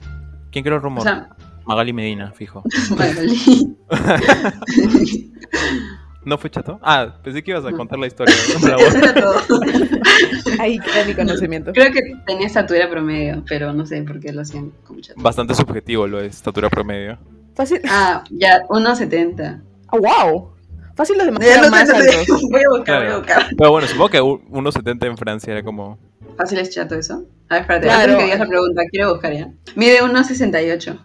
S3: ¿Quién creó el rumor?
S2: O
S3: <laughs>
S2: sea, <laughs>
S3: Magali Medina, fijo.
S2: Magali.
S3: <laughs> ¿No fue chato? Ah, pensé que ibas a
S2: No.
S3: contar la historia. La voz.
S2: Eso era <laughs> todo.
S1: Ahí queda mi conocimiento.
S2: Creo que tenía estatura promedio, pero no sé por qué lo hacían como chato.
S3: Bastante subjetivo lo de estatura promedio.
S1: Fácil.
S2: Ah, ya, 1.70.
S1: Ah, wow. Fácil los demás
S2: Ya
S1: eran
S2: no
S1: más
S2: te- no te-
S1: altos.
S2: Voy a buscar, voy a
S3: Claro.
S2: buscar.
S3: Pero bueno, supongo que un- 1.70 en Francia era como...
S2: Fácil es chato eso. A ver, espérate,
S1: Claro.
S2: antes que digas la pregunta, quiero buscar ya. Mide 1.68.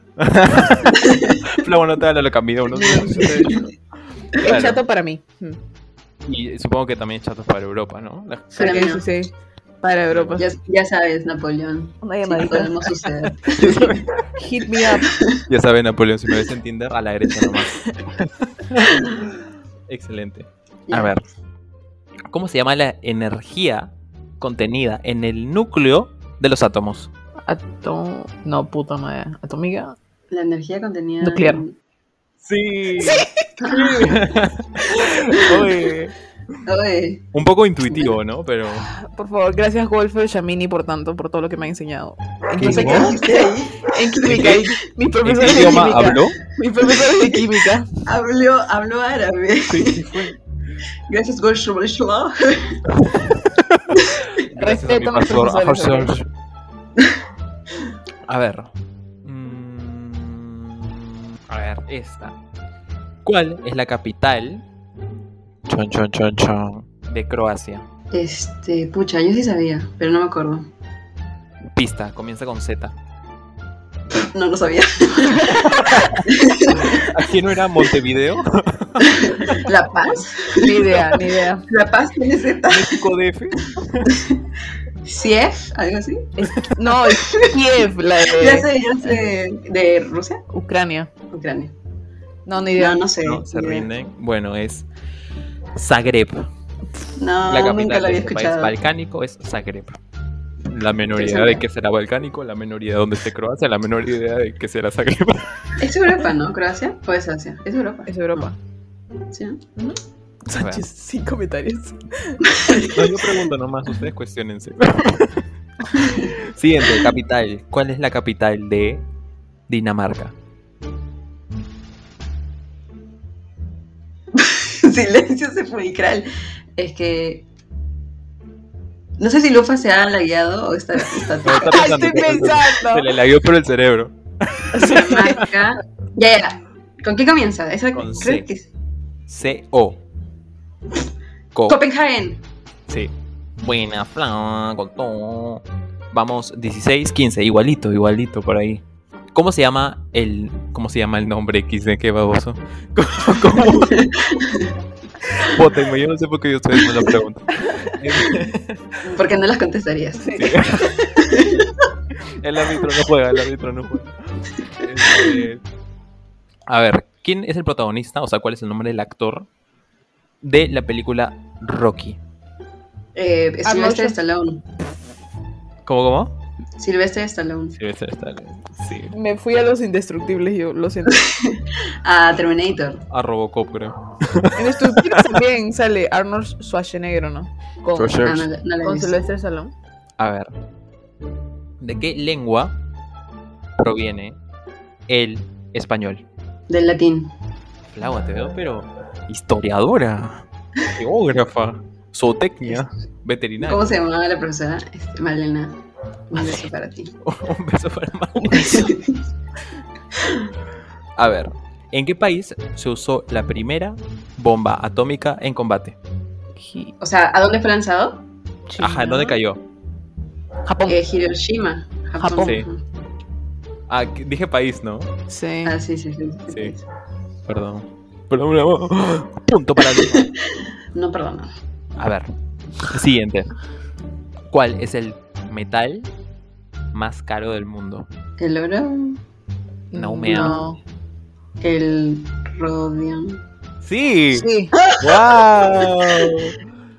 S3: La no te da la loca, mide uno. Claro.
S1: Es chato para mí. Mm.
S3: Y supongo que también es chato para Europa, ¿no? La-
S2: Para mí
S1: Sí,
S2: no.
S1: sí, sí. Para Europa.
S3: Pues-
S2: Ya, ya sabes, Napoleón.
S3: Eh,
S1: Una
S2: Sí,
S1: llamadita.
S2: podemos suceder.
S3: Ya saben,
S1: Hit me up.
S3: ya saben, Napoleón, si me ves en Tinder, a la derecha <laughs> nomás. Excelente. A
S2: Ya.
S3: ver. ¿Cómo se llama la energía contenida en el núcleo de los átomos?
S1: Atom... No, puta madre. ¿Atomiga?
S2: La energía contenida.
S1: Nuclear.
S2: en-
S3: Sí. <laughs>
S2: Oye,
S3: Un poco intuitivo, ¿no? Pero.
S1: <laughs> Por favor, gracias Golfo y Shamini por tanto, por todo lo que me ha enseñado. En
S3: ¿Qué?
S1: química, <laughs> en química,
S3: ¿En
S1: <laughs> mi <laughs>
S3: ¿En
S1: profesor
S3: qué
S1: de
S3: idioma
S1: química.
S3: habló?
S1: Mi profesor de química.
S2: habló, habló árabe. Gracias, Gosh,
S3: Gracias a mi
S1: Respeto a mis
S3: pastor, a
S1: profesores.
S3: Jorge. A ver. Mm, A ver, esta. ¿Cuál es la capital chon, chon, chon, chon, de Croacia?
S2: Este, pucha, yo sí sabía, pero no me acuerdo.
S3: Pista, comienza con Z.
S2: No lo sabía.
S3: ¿Aquí no era Montevideo?
S2: ¿La Paz?
S1: Ni idea, ni idea.
S2: ¿La Paz tiene Z?
S3: ¿México DF?
S1: <laughs>
S2: ¿Cief? ¿Algo así?
S3: Eh,
S1: No, es Kiev, la
S2: Ya
S1: de
S2: sé, ya sé. ¿De Rusia?
S1: Ucrania.
S2: Ucrania.
S1: No, ni idea.
S2: No, no sé.
S3: No, se
S2: ni idea.
S3: rinden. Bueno, es Zagreb.
S2: No,
S3: la
S2: nunca lo
S3: capital de
S2: había
S3: este país
S2: escuchado.
S3: balcánico es Zagreb. La menor idea
S2: Interesante.
S3: de que será balcánico, la menor idea de dónde esté Croacia, la menor idea de que será <laughs> Zagreb.
S2: Es Europa, ¿no? ¿Croacia? ¿O es Asia? Es Europa.
S1: Es Europa.
S2: Sí, ¿no?
S1: Sánchez, sin
S3: <laughs>
S1: comentarios.
S3: No, yo pregunto nomás, ustedes cuestionense. <laughs> Siguiente, capital. ¿Cuál es la capital de Dinamarca?
S2: <laughs> Silencio sepulcral. Es que. No sé si Lufa se ha lagueado o está. está
S3: No, está
S1: Ah, estoy
S3: está Se
S1: pensando.
S3: le lagueó por el cerebro.
S2: Dinamarca. Ya, ya. ¿Con qué comienza? Esa
S3: Con
S2: creo
S3: C.
S2: que es-
S3: C-O. Co.
S2: Copenhagen.
S3: Sí. Buena, flan, con todo. Vamos, 16, 15, igualito, igualito por ahí. ¿Cómo se llama el, cómo se llama el nombre X de qué baboso? <laughs> ¿Cómo? <laughs> cómo? Vótenme, yo no sé por qué yo estoy haciendo la <laughs> pregunta.
S2: Porque no las contestarías.
S3: El árbitro no juega, el árbitro no juega. Este, a ver, ¿quién es el protagonista? O sea, ¿cuál es el nombre del actor de la película Rocky?
S2: Eh, es
S1: Arnold
S2: Silvestre Stallone.
S3: ¿Cómo, cómo?
S2: Silvestre Stallone.
S3: Sylvester Stallone. Sí.
S1: Me fui a los indestructibles, yo lo siento.
S2: Ah, Terminator.
S3: A Robocop, creo.
S1: En Indestructibles también sale Arnold Schwarzenegger, ¿o ¿no? Con,
S2: Ah, no, la- no la he
S1: con
S2: visto.
S1: Sylvester Stallone.
S3: A ver. ¿De qué lengua proviene el español?
S2: Del latín.
S3: Flau, te veo, pero historiadora, geógrafa, zootecnia, veterinaria.
S2: ¿Cómo se llamaba la profesora? Este, Malena. Un beso para ti.
S3: <laughs>
S2: <laughs>
S3: Un beso para Mario. A ver, ¿en qué país se usó la primera bomba atómica en combate?
S2: o sea, ¿a dónde fue lanzado?
S3: Ajá, ¿en dónde cayó?
S1: Japón.
S2: Eh, Hiroshima. Japón.
S1: Japón.
S3: Sí.
S2: Ajá.
S3: Ah, que- dije país, ¿no?
S1: Sí.
S2: Ah, sí, sí, sí. sí.
S3: Sí. Perdón. Perdón, bravo. Punto para mí.
S2: No, perdón. no.
S3: A ver, siguiente. ¿Cuál es el metal más caro del mundo?
S2: El oro,
S3: No, me
S1: No.
S2: el rodio.
S3: ¡Sí!
S1: Sí.
S3: ¡Wow!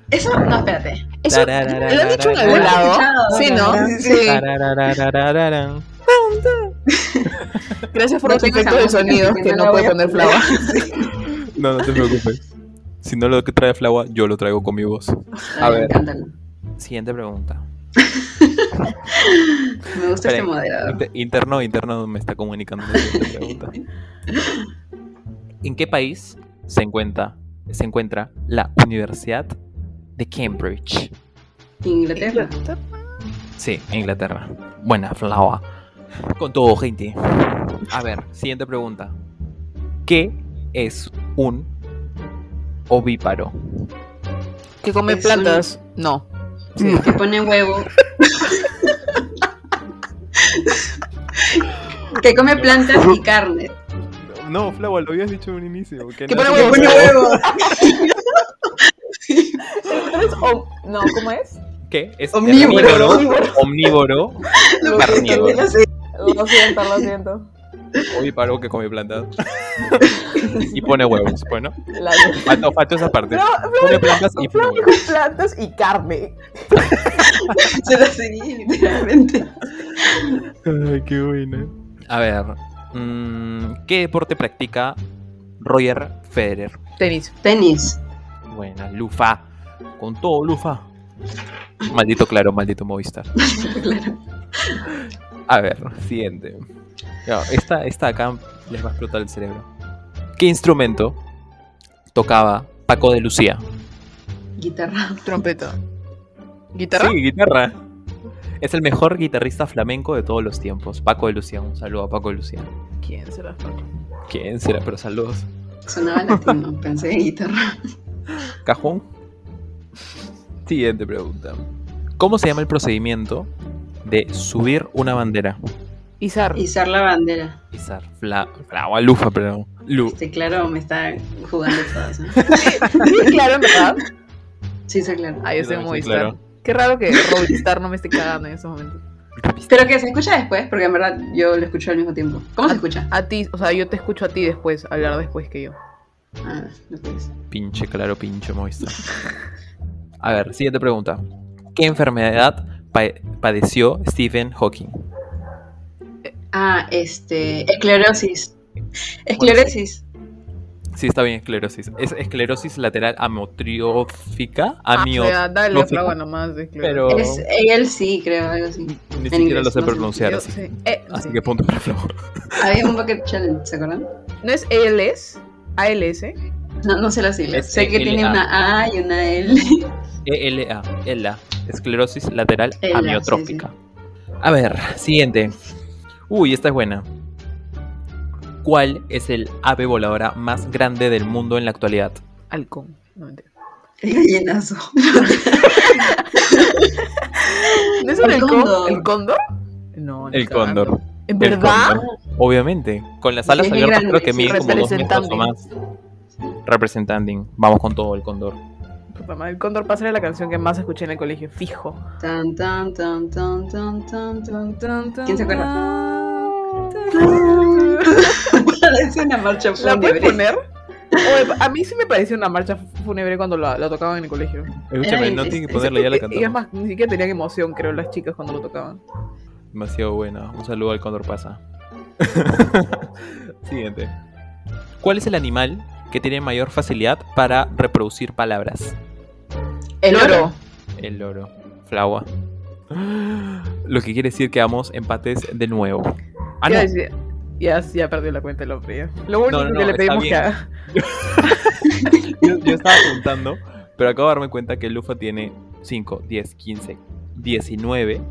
S2: Eso, no, espérate.
S1: <laughs> Eso, ¿Lo han dicho en
S2: Lo
S1: algún
S2: he
S1: lado?
S2: escuchado,
S1: Sí, ¿no?
S2: sí, sí.
S1: Sí. Gracias por
S2: No
S1: los
S2: tengo
S1: efectos
S2: esa
S1: de sonido
S2: música, así
S1: que
S2: no
S1: no
S2: la
S1: puede
S2: voy a
S1: poner
S2: poner.
S1: <laughs> Flava.
S3: No, no te preocupes. Si no lo que trae Flava, yo lo traigo con mi voz. A
S2: Ay,
S3: ver.
S2: Me encanta.
S3: Siguiente pregunta.
S2: Me gusta este
S3: Espera,
S2: moderador.
S3: inter- interno, interno me está comunicando la siguiente pregunta. ¿En qué país se encuentra, se encuentra la Universidad de Cambridge?
S2: Inglaterra.
S3: Sí, en Inglaterra. Buena, Flava. Con todo, gente. A ver, siguiente pregunta. ¿Qué es un ovíparo?
S1: ¿Que come
S2: Es
S1: plantas? No.
S2: Sí, que pone huevo. que come plantas y carne.
S3: No, Flava, lo habías dicho en un inicio. Que
S1: Que pone
S2: Que
S1: huevos.
S2: pone huevo.
S1: O- No, ¿cómo es?
S3: ¿Qué?
S1: <laughs>
S3: Es
S2: Omnívoro.
S3: herbívoro, Omnívoro.
S2: Lo que
S3: Carnívoro.
S2: también hace-
S1: Lo siento, lo siento.
S3: Ovíparo que
S1: <laughs>
S3: come plantas. y pone huevos. Bueno,
S1: La...
S3: faltó, faltó esa parte.
S1: No,
S3: Come plantas y pone
S1: Flava
S3: huevos.
S1: dijo plantas y carne.
S2: Se lo seguí, literalmente.
S3: Ay, qué buena. A ver, mm, ¿qué deporte practica Roger Federer?
S1: Tenis.
S2: Tenis.
S3: Buena, Lufa. Con todo, Lufa. Maldito claro, maldito Movistar.
S2: Claro.
S3: A ver, siguiente. Ya, esta, esta acá les va a explotar el cerebro. ¿Qué instrumento tocaba Paco de Lucía?
S2: Guitarra.
S1: Trompeta. ¿Guitarra?
S3: Sí, guitarra. Es el mejor guitarrista flamenco de todos los tiempos. Paco de Lucía, un saludo a Paco de Lucía.
S1: ¿Quién será?
S3: ¿Quién será? Pero saludos.
S2: Sonaba latino, pensé en guitarra.
S3: Cajón. Siguiente pregunta. ¿Cómo se llama el procedimiento de subir una bandera?
S1: Izar.
S2: Izar la bandera.
S3: Izar. La, gualufa, perdón. Lu-
S2: Este, claro, me está jugando todas. ¿no?
S1: Sí, claro, en
S3: <laughs>
S1: ¿verdad?
S2: Sí, está claro.
S1: Ah, yo
S3: Yo
S1: soy
S3: también
S1: muy
S3: soy
S1: Star.
S3: claro.
S1: Qué raro que Robin Star no me esté cagando en estos momentos.
S2: Pero que se escucha después, porque en verdad yo lo escucho al mismo tiempo. ¿Cómo se escucha?
S1: A ti, o sea, yo te escucho a ti después, hablar después que yo.
S2: Ah, no puede ser.
S3: Pinche claro, pinche moista. A ver, siguiente pregunta. ¿Qué enfermedad pa- padeció Stephen Hawking?
S2: Ah, este. Esclerosis. Esclerosis.
S3: Sí, está bien, esclerosis. Es esclerosis lateral amiotriófica.
S1: Ah, o
S3: Amio...
S1: sea, dale
S3: no
S1: la
S3: sé
S1: fragua
S3: cómo-
S1: nomás. es claro.
S3: pero
S2: Es él sí, creo, algo así.
S3: ni siquiera lo
S2: inglés,
S3: sé
S2: no sé.
S3: pronunciar
S1: Yo
S3: así.
S1: sé. Eh,
S3: Así
S1: sí.
S3: que Ah, punto para Flo.
S2: Había un bucket challenge, ¿se acuerdan?
S1: ¿No es ALS? ALS.
S2: No, no sé las siglas.
S3: Es
S2: sé que tiene
S3: LA.
S2: una A y una L. <laughs>
S3: ELA, ELA, esclerosis lateral
S2: ELA,
S3: amiotrófica. A ver, siguiente. Uy, esta es buena. ¿Cuál es el ave voladora más grande del mundo en la actualidad?
S1: Halcón. No mentira.
S2: El gallinazo.
S1: ¿No es el,
S2: El
S1: halcón?
S2: cóndor.
S1: ¿El cóndor? No, ni
S3: El
S1: cagando.
S3: cóndor.
S1: ¿En
S3: El
S1: verdad?
S3: cóndor, Obviamente. Con las alas
S2: Es
S3: abiertas
S2: grande,
S3: creo que
S2: sí,
S3: mide como dos metros o
S1: representante.
S3: más. Representing. Vamos con todo el cóndor.
S1: Puta madre, El cóndor pasa era la canción que más escuché en el colegio. Fijo.
S2: Tan, tan, tan, tan, tan, tan, tan. <laughs>
S1: ¿Quién
S2: ¿Quién se acuerda? Parece una marcha
S1: ¿La puedes
S2: fúnebre.
S1: poner? Oye, a mí sí me pareció una marcha fúnebre cuando la, la tocaban en el colegio.
S3: Escúchame,
S2: Ay,
S3: no tiene
S2: este-
S3: que ponerle ya la
S1: Y es
S3: cantamos.
S1: más, ni siquiera tenían emoción, creo, las chicas cuando lo tocaban.
S3: Demasiado buena. Un saludo al cóndor pasa. Siguiente. ¿Cuál es el animal que tiene mayor facilidad para reproducir palabras?
S2: El oro.
S3: El loro. Flagua. Lo que quiere decir que vamos empates de nuevo.
S1: Ya,
S3: Ah, no.
S1: decía- ya, ya perdió la cuenta el hombre. ya. Lo único
S3: no,
S1: que
S3: no,
S1: le
S3: está
S1: pedimos que
S3: bien.
S1: haga.
S3: Yo, yo estaba apuntando, pero acabo de darme cuenta que Lufa tiene 5, 10, 15, 19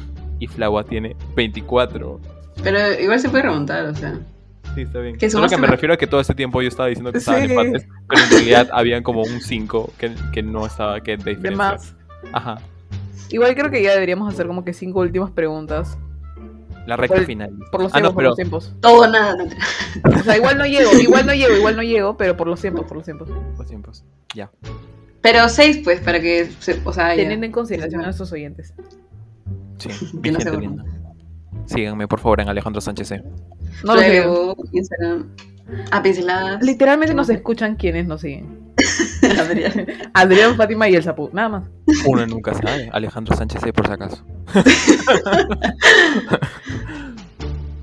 S3: y Flagua tiene 24.
S2: Pero igual se puede remontar, o sea.
S3: Sí, está bien.
S2: Que
S3: Solo que me
S2: sumaste-
S3: refiero a que todo este tiempo yo estaba diciendo que estaban
S1: Sí.
S3: empates, pero en realidad habían como un 5 que, que no estaba, que de
S1: De
S3: diferencia.
S1: más.
S3: Ajá.
S1: Igual creo que ya deberíamos hacer como que cinco últimas preguntas.
S3: La recta
S1: el-
S3: final.
S1: Pues, Por los
S3: ah,
S1: tiempos,
S3: no,
S1: por
S3: pero
S1: los tiempos.
S2: Todo o nada. no te-
S1: O sea, igual no llego, igual no llego, igual no llego, pero por los tiempos, por los tiempos.
S3: los tiempos. Ya.
S2: Pero seis, pues, para que. se- O sea, Ah, ya.
S1: Teniendo en consideración a nuestros oyentes. <laughs>
S3: Sí.
S2: Yo no
S3: Vigente,
S2: sé
S3: lindo. Síganme, por favor, en Alejandro Sánchez. E. C.
S1: No lo
S2: Luego, Ah,
S1: creo.
S2: Instagram. A pinceladas.
S1: Literalmente nos escuchan quienes nos siguen.
S2: Adrián.
S1: Adrián, Fátima y el Sapu. Nada más.
S3: Uno nunca sabe. Alejandro Sánchez, C, por
S1: <laughs>
S3: si acaso.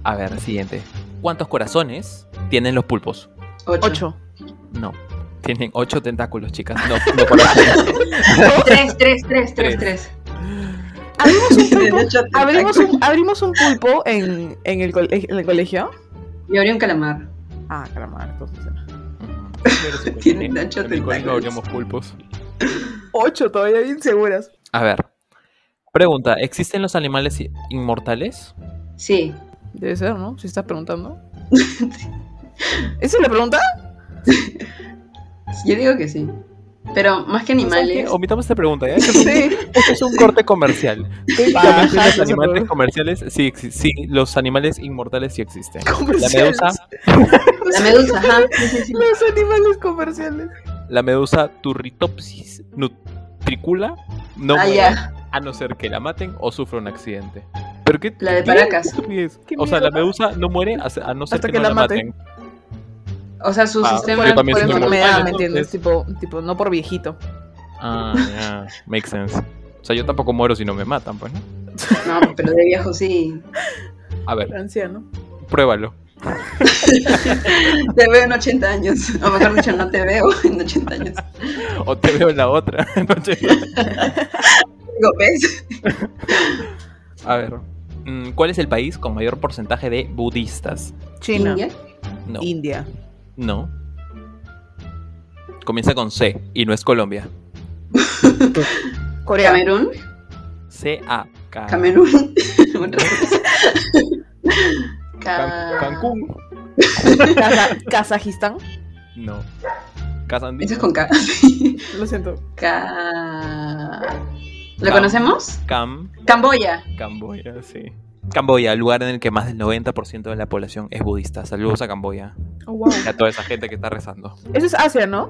S3: A ver, siguiente. ¿Cuántos corazones tienen los pulpos?
S2: <laughs> Ocho.
S1: Ocho.
S3: No. Tienen ocho tentáculos, chicas. No,
S1: <laughs>
S3: no corazones.
S2: Tres, tres, tres, tres, tres.
S1: Abrimos
S2: <laughs>
S1: un
S2: Tienen
S1: pulpo,
S2: ocho
S1: abrimos
S2: tentáculos.
S1: un, abrimos un pulpo en, en, el cole- en el colegio.
S2: Yo abrí un calamar.
S1: Ah, caramba, entonces.
S3: Ujú.
S2: Tienen ocho
S3: En mi colegio
S2: tentáculos.
S3: abríamos pulpos.
S1: Ocho, todavía bien seguras.
S3: A ver. Pregunta, ¿existen los animales i- inmortales?
S2: Sí.
S1: Debe ser, ¿no? Si estás
S3: <laughs>
S1: preguntando. ¿Esa es la pregunta?
S2: Yo digo que sí. Pero más que animales.
S3: ¿Sabes qué? Omitamos esta pregunta, <laughs> ¿ya? Esto es un-
S1: <laughs> Sí.
S3: esto es un corte comercial.
S1: Baja,
S3: Técnicamente los
S1: no se
S3: animales
S1: preocupe.
S3: comerciales sí, exi- sí, los animales inmortales
S2: <laughs>
S3: sí existen. La
S1: Comerciales.
S3: medusa,
S2: La medusa, ajá. pues Sí, sí, sí.
S1: Los animales comerciales.
S3: la medusa Turritopsis nutricula pues, no
S2: Ah,
S3: muere,
S2: ya.
S3: a no ser que la maten o sufra un accidente. ¿Pero qué?
S2: La de
S3: qué
S2: Paracas.
S3: estupidez?
S1: Qué
S3: O sea, la
S1: miedo.
S3: medusa no muere a, se- a no ser
S1: Hasta
S3: que,
S1: que
S3: no
S1: la
S3: la maten.
S2: O sea, su
S3: Ah,
S2: sistema.
S3: yo también
S1: por
S3: soy ¿eh?
S1: enfermedad,
S3: inmortal,
S1: ¿me entiendes?
S3: entonces.
S1: Tipo, tipo, no por viejito.
S3: Ah, ya. Makes sense. O sea, yo tampoco muero si no me matan, pues, ¿no?
S2: No, pero de viejo sí.
S3: A ver,
S1: Anciano.
S3: pruébalo.
S2: Te veo en 80 años. O mejor dicho, no te veo <laughs> en 80 años.
S3: O te veo en la otra <laughs> noche.
S2: Digo, ¿ves?
S3: A ver. mm, ¿Cuál es el país con mayor porcentaje de budistas?
S1: China.
S2: India.
S3: No.
S1: India.
S3: No. Comienza con C y no es Colombia.
S1: Corea.
S2: Camerún.
S3: C-A. Ca-
S2: Camerún. <laughs> Otra vez. Ca-
S3: Can- Cancún.
S1: Kaza- Kazajistán.
S3: No. Casandí.
S2: Eso es con K. Sí.
S1: Lo siento.
S2: K. ¿Lo
S3: Cam.
S2: conocemos?
S3: Cam.
S2: Camboya.
S3: Camboya, sí. Camboya, lugar en el que más del 90% de la población es budista. Saludos a Camboya.
S1: Oh, wow.
S3: Y a toda esa gente que está rezando.
S1: Eso es Asia,
S3: <laughs>
S1: ¿no?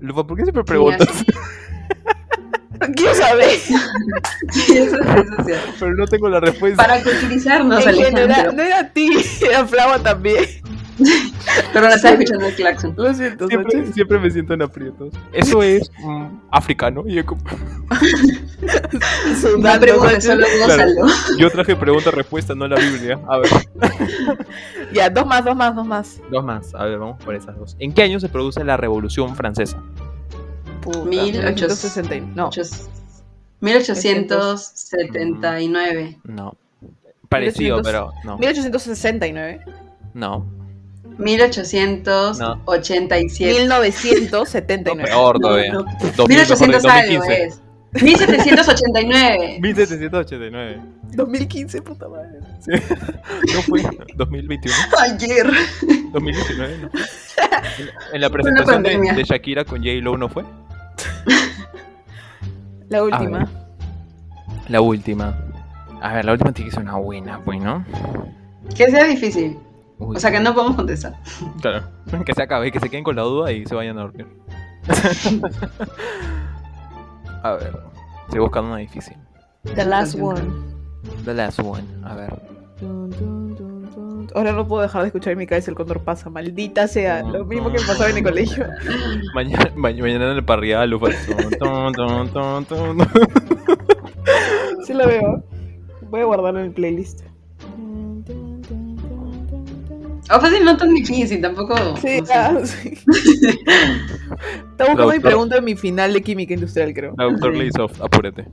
S3: Lupa, ¿por qué siempre preguntas?
S1: Quiero saber.
S2: Sí, eso es social.
S3: <laughs> Pero no tengo la respuesta.
S2: Para culturizarnos,
S1: En general,
S2: Alejandro.
S1: no era a ti, <laughs> era Flava también.
S2: Pero la estás escuchando el claxon.
S1: Lo siento,
S3: Siempre,
S1: Sánchez.
S3: siempre me siento en aprietos. Eso es mm, africano. Y, es como-
S2: No preguntes, solo gózalo.
S3: yo traje pregunta-respuesta, no la Biblia. A ver.
S1: Ya, dos más, dos más, dos más.
S3: Dos más. A ver, vamos por esas dos. ¿En qué año se produce la Revolución Francesa?
S1: Puta,
S2: 1860.
S1: 1960. No,
S2: 1879.
S3: No. Parecido,
S1: 1800.
S3: pero no.
S1: 1869.
S3: No. No.
S2: 1887.
S1: 1979.
S3: Peor todavía.
S2: No, no.
S3: 2000,
S2: 1800
S3: mejor,
S2: algo es. 1789.
S3: 1789.
S1: 2015, puta madre.
S3: No fue 2021.
S2: <laughs> Ayer.
S3: 2019 no fue. En la- <laughs> En la
S2: Fue una
S3: presentación de,
S2: pandemia.
S3: de Shakira con J-Lo no fue.
S1: La
S3: A
S1: última.
S3: ver. La última. A ver, la última tiene que ser una buena, pues, ¿no?
S2: Que sea difícil.
S3: Uy,
S2: O sea que no podemos contestar.
S3: Claro. <laughs> Que se acabe, que se queden con la duda y se vayan a <laughs> dormir. a ver. Estoy buscando una difícil.
S1: The last one.
S3: The last one. A ver.
S1: Tun, tun, tun, tun. Ahora no puedo dejar de escuchar en mi cabeza el cóndor pasa. Maldita sea. Lo mismo que me pasaba en el colegio. <laughs>
S3: Mañana, ma- mañana en el parrial <laughs> lo
S1: Sí lo veo. Voy a guardarlo en el playlist.
S2: O fácil, no tan difícil, tampoco.
S1: Sí,
S2: no sé.
S1: ah, sí. Está buscando mi pregunta en mi final de química industrial, creo.
S3: Doctor
S2: Sí.
S3: Lizoft, apúrate.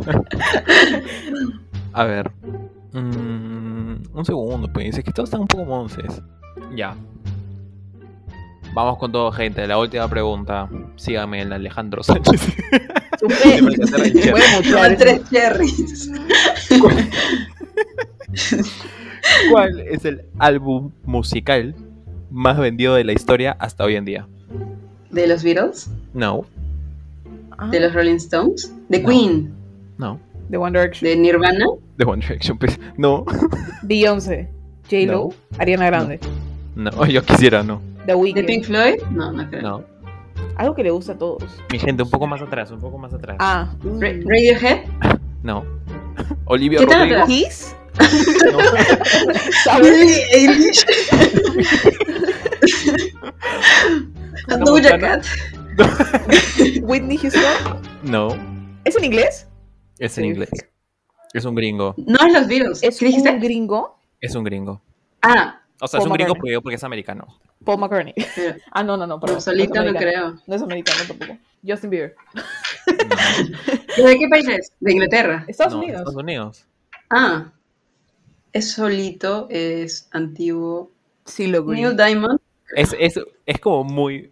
S3: <laughs> A ver. Mm, un segundo, pues. Es que todos están un poco monces. Ya. Vamos con todo, gente. La última pregunta. Sígame el Alejandro Sánchez.
S1: Supe-
S3: Voy a hacer el chat.
S1: Voy a mutear
S2: <laughs> Son
S1: eso.
S2: tres cherries.
S3: ¿Cuál es el álbum musical más vendido de la historia hasta hoy en día?
S2: ¿De los Beatles?
S3: No,
S1: Ah,
S2: ¿De los Rolling Stones? ¿De
S3: No.
S2: Queen?
S3: no.
S1: The One Direction.
S2: ¿De Nirvana?
S3: The One Direction, pues. No,
S1: Beyoncé. J-Lo. Ariana Grande.
S3: no. <laughs> Yo quisiera, no.
S1: The
S2: ¿De Pink
S1: Weeknd.
S2: Floyd? No, no creo.
S3: No.
S1: Algo que le gusta a todos.
S3: Mi gente, un poco más atrás, un poco más atrás.
S1: Ah.
S2: Ra- ¿Radiohead?
S3: No. Olivia
S2: ¿Qué tal
S3: Rodrigo.
S2: atrás?
S1: <laughs> ¿Kiss?
S3: No.
S2: <laughs>
S1: ¿Sabes?
S2: Eilish? Doja Cat.
S1: Whitney Houston.
S3: No,
S1: ¿Es en inglés?
S3: es en inglés. Es un gringo.
S2: No es los Beatles.
S1: ¿Es
S2: ¿Qué dijiste?
S1: un gringo?
S3: Es un gringo.
S2: Ah,
S3: O sea, es
S1: Paul
S3: un gringo
S1: McCartney.
S3: porque, porque
S1: <laughs>
S3: es americano.
S1: Paul
S2: <laughs>
S1: McCartney.
S2: pero
S1: Ah, no, no, no. Perdón.
S2: solita
S1: es
S2: no
S1: americano.
S2: creo.
S1: No es americano tampoco. Justin Bieber.
S2: ¿De qué país es? De Inglaterra.
S1: Estados
S3: No,
S1: Unidos.
S3: Estados Unidos.
S2: Ah. Es solito, es antiguo.
S1: Sí, lo
S2: Neil Diamond.
S3: Es, es, es como muy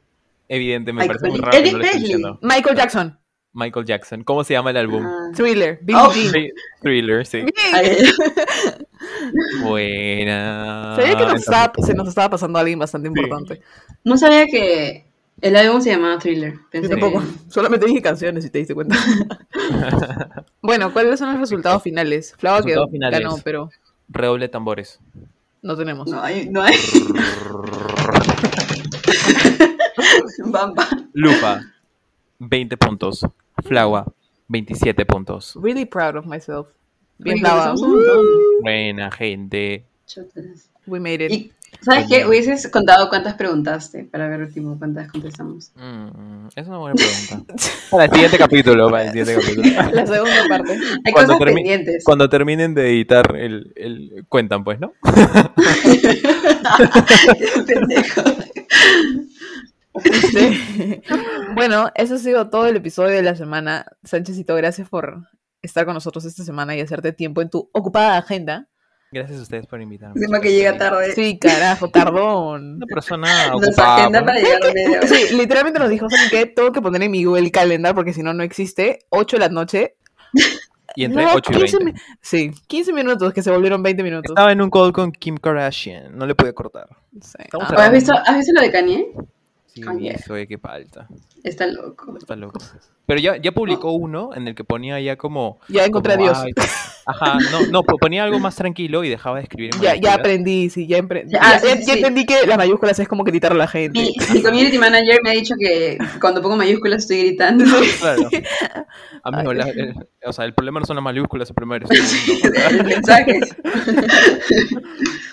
S3: evidente, me
S2: Ay,
S3: parece muy
S2: Elvis
S3: raro que no lo
S2: Presley.
S3: esté diciendo.
S1: Michael Jackson.
S3: Michael Jackson. ¿Cómo se llama el álbum?
S2: Ah.
S1: Thriller. Billie
S2: Oh,
S1: Jean.
S3: Sí, Thriller, sí.
S1: Bien.
S2: Ay,
S3: Buena.
S1: Sabía que nos
S3: Entonces,
S1: estaba- se nos estaba pasando alguien bastante
S3: Ah, Sí.
S1: importante.
S2: <laughs> No sabía que el álbum se llamaba Thriller. Pensé
S1: Yo tampoco. Solamente dije canciones, si te diste
S3: <laughs>
S1: cuenta. bueno, ¿cuáles son los resultados finales? Flava quedó,
S3: Resultados finales.
S1: ganó, pero
S3: Redoble de tambores.
S1: no tenemos.
S2: que- No hay, no hay. <laughs> Bamba.
S3: Lupa, 20 puntos. Flagua, 27 puntos.
S1: Really proud of myself. Bien, Uh,
S2: Oye,
S1: Flava.
S2: somos un montón.
S3: Buena gente.
S2: Chotas.
S1: We made it.
S2: Y,
S3: Pues
S2: ¿Sabes qué? Hubieses contado cuántas preguntaste para ver tipo, cuántas contestamos.
S3: Mm, es una buena
S1: <laughs>
S3: pregunta. Para el siguiente capítulo, para el siguiente capítulo.
S1: La segunda parte. <laughs>
S2: Hay
S3: Cuando
S2: cosas
S3: termi-
S2: pendientes.
S3: Cuando terminen de editar el, el- cuentan pues, ¿no?
S2: <laughs> Pendejo.
S1: Este, <laughs> bueno, eso ha sido todo el episodio de la semana. Sánchezito, gracias por estar con nosotros esta semana y hacerte tiempo en tu ocupada agenda.
S3: Gracias a ustedes por invitarme.
S2: Encima que llega tarde.
S1: <laughs> Sí, carajo, tardón.
S3: Una persona
S2: <laughs> Nos
S3: ocupada.
S2: agenda
S3: ¿no?
S2: para llegar a
S3: <laughs>
S2: media hora.
S1: Sí, literalmente nos dijo, ¿saben qué? Tengo que poner en mi Google Calendar porque si no, no existe. 8 de la noche.
S3: Y entre
S1: No,
S3: 8 y 20.
S1: 15 mi- Sí, 15 minutos que se volvieron 20 minutos.
S3: Estaba en un call con Kim Kardashian, no le pude cortar.
S1: Sí.
S3: Estamos
S1: Ah,
S3: grabando.
S2: ¿Has visto, ¿Has visto lo de Kanye?
S3: Sí,
S2: Ah, yeah.
S3: eso, eh, qué palta.
S2: Está loco.
S3: Está loco. Pero ya, ya
S1: Ah.
S3: publicó uno en el que ponía ya como.
S1: ya encontré a
S3: como,
S1: Dios.
S3: ay, pues". Ajá, no, no, po- ponía algo más tranquilo y dejaba de escribir. en
S1: Ya, ya
S3: mayúsculas.
S1: aprendí, sí, ya, empre-
S2: Ya, ah,
S1: ya- ya-
S2: sí,
S1: ya
S2: sí.
S1: entendí que las mayúsculas es como gritar a la gente.
S2: Mi, mi community manager me ha dicho que cuando pongo mayúsculas estoy
S3: <laughs>
S2: gritando. <laughs>
S3: Claro.
S1: <laughs>
S3: Amigo, la- el- o sea, el problema no son las mayúsculas, el problema eres tú, ¿no?
S2: El mensaje.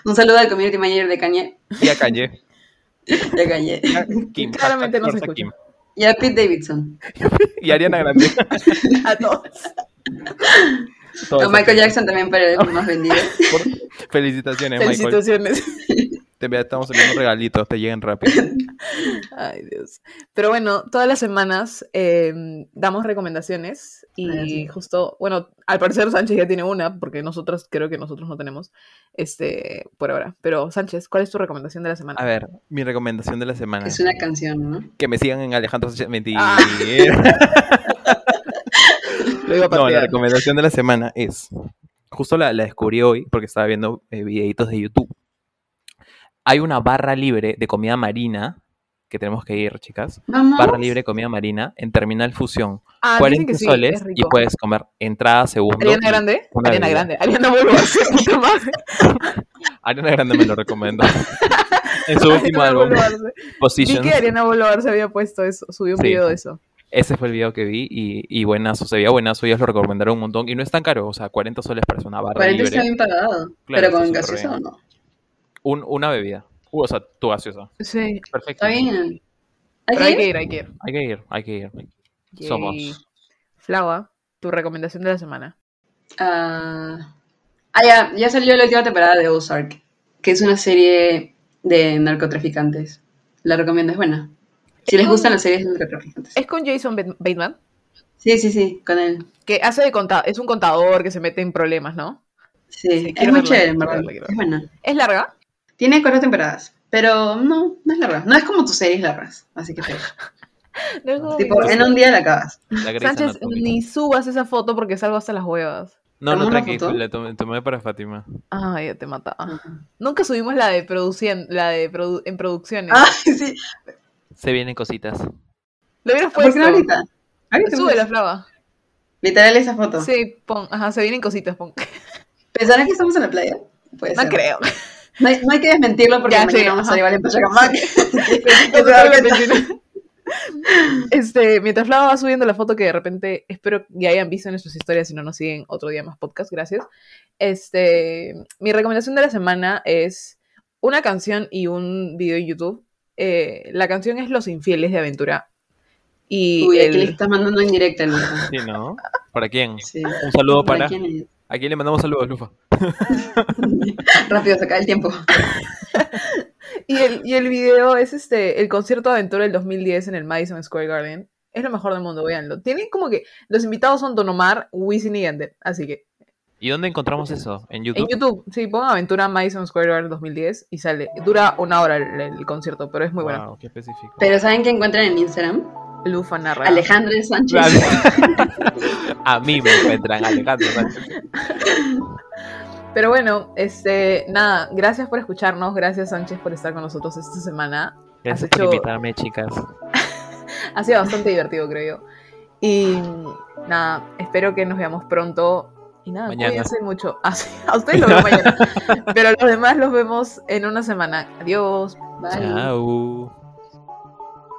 S2: Un saludo al community manager de Kanye.
S3: Y a
S1: <laughs>
S3: Kanye.
S2: De Kanye.
S3: Ya, Kim,
S1: Claramente
S3: hashtag
S1: no se
S3: fuerza
S1: escucha.
S2: Y a Pete Davidson.
S3: Y Ariana
S1: <laughs>
S3: Grande.
S1: A todos.
S3: Todos
S2: a Michael
S3: aquí.
S2: Jackson también para
S3: <laughs>
S2: el más vendido.
S3: Por- Felicitaciones,
S1: <laughs>
S3: Michael.
S1: Felicitaciones.
S3: Te ve- estamos enviando regalitos, te llegan rápido.
S1: Ay, Dios. Pero bueno, todas las semanas eh, damos recomendaciones
S2: Ah,
S1: y
S2: sí.
S1: justo, bueno, al parecer Sánchez ya tiene una, porque nosotros creo que nosotros no tenemos, este, por ahora. Pero Sánchez, ¿cuál es tu recomendación de la semana?
S3: A ver, mi recomendación de la semana.
S2: Es una canción, ¿no?
S3: Que me sigan en Alejandro Sánchez. Mentira.
S1: Ah. Lo iba a
S3: No, la
S1: partir.
S3: recomendación de la semana es. Justo la, la descubrí hoy porque estaba viendo eh, videitos de YouTube. Hay una barra libre de comida marina que tenemos que ir, chicas.
S2: Vamos.
S3: Barra libre de comida marina en Terminal Fusión.
S1: ah,
S3: 40
S1: dicen que sí, es
S3: soles y
S1: rico.
S3: puedes comer entrada, segundo.
S1: Ariana
S3: y-
S1: Grande,
S3: una
S1: Ariana
S3: bebida.
S1: Grande, Ariana Volvás, puta madre.
S3: Ariana Grande me lo recomendó.
S1: <laughs>
S3: en su último
S1: Ariana
S3: álbum,
S1: Boloarse. Vi
S3: Positions.
S1: que Ariana Bolovar se había puesto eso, subió un
S3: Sí.
S1: video de eso.
S3: Ese fue el video que vi y, y buenazo, se veía buenazo, ellos lo recomendaron un montón y no es tan caro, o sea, 40 soles para una barra
S2: 40
S3: libre,
S2: está bien pagado.
S3: Claro,
S2: pero con
S3: está súper
S2: gaseosa o
S3: bien.
S2: no.
S3: un- una bebida, Uh, o sea, tu gaseosa,
S1: Sí,
S3: perfecto.
S2: Está bien.
S1: pero hay que
S2: ¿Aquí?
S1: ir, hay que ir.
S3: Hay que ir, hay que ir.
S1: Yay.
S3: Somos.
S1: Flava, tu recomendación de la semana.
S2: Ah, ah, ya, ya salió la última temporada de Ozark, que es una serie de narcotraficantes. La recomiendo, es buena. Si les gustan las series de narcotraficantes.
S1: Es con Jason Bat- Bateman,
S2: Sí, sí, sí, con él.
S1: que hace de contador, es un contador que se mete en problemas, ¿no?
S2: Sí,
S1: Sí,
S2: es
S1: quiero
S2: muy
S1: verla,
S2: chévere, en
S1: quiero
S2: verdad.
S1: verla, quiero
S2: Es buena.
S1: ¿Es larga?
S2: Tiene cuatro temporadas, pero no, no es larga. No es como tus series largas, así que te-
S1: <laughs> No es como
S2: tipo,
S1: mi-
S2: en un día la acabas.
S3: La Grey's
S1: Sánchez,
S3: Anatomy.
S1: ni subas esa foto porque salgo hasta las huevas.
S3: No, no,
S2: ¿Tomamos la
S3: tranquilo,
S2: foto?
S3: la tomé, tomé para Fátima.
S1: Ay, ya te mataba. Nunca subimos la de producción, la de produ- en producciones.
S2: Ah, <laughs> sí.
S3: Se vienen cositas.
S1: Lo hubieras
S2: ¿Por
S1: puesto.
S2: qué no ahorita? Ahorita
S1: Sube la
S2: pues.
S1: flava.
S2: Literal esa foto.
S1: Sí, pon, ajá, se vienen cositas, pon.
S2: ¿Pensarán que estamos en la playa? Puede
S1: No
S2: ser.
S1: creo.
S2: No hay, no hay que desmentirlo porque
S1: Ya,
S2: mañana
S1: sí,
S2: vamos a
S1: ajá.
S2: llevar en Pachacamac. <laughs>
S1: <laughs> Este, mientras Flava va subiendo la foto que de repente espero ya hayan visto en nuestras historias, si no nos siguen otro día más podcast, gracias. Este, mi recomendación de la semana es una canción y un video en YouTube. Eh, la canción es Los Infieles de Aventura. Y
S2: Uy, aquí
S1: el-
S2: le estás mandando en directa, Lufa.
S3: Sí, ¿no? ¿Para quién?
S2: Sí.
S3: Un saludo para...
S2: quién es?
S3: ¿A quién le mandamos saludos, Lufa?
S2: Rápido, saca el tiempo.
S1: <laughs> Y el, y el video es este, el concierto de aventura del 2010 en el Madison Square Garden. Es lo mejor del mundo, véanlo. Tienen como que los invitados son Don Omar, Wisin y Yandel. Así que
S3: ¿Y dónde encontramos eso? ¿En YouTube?
S1: en YouTube, sí, pongan aventura Madison Square Garden 2010 y sale. Dura una hora el, el concierto, pero es muy bueno.
S3: Wow, qué específico.
S2: Pero ¿saben qué encuentran en Instagram?
S1: Lufa narra.
S2: Alejandro Sánchez.
S3: <laughs> A mí me encuentran Alejandro Sánchez.
S1: Pero bueno, este, nada, gracias por escucharnos, gracias Sánchez por estar con nosotros esta semana.
S3: Gracias
S1: hecho-
S3: por invitarme, chicas.
S1: Ha sido bastante divertido, creo yo. Y nada, espero que nos veamos pronto. Y nada,
S3: Mañana.
S1: cuídense mucho. <laughs> Ah, sí, a ustedes los veo mañana. Pero a los demás los vemos en una semana. Adiós.
S2: Bye.
S3: Chao.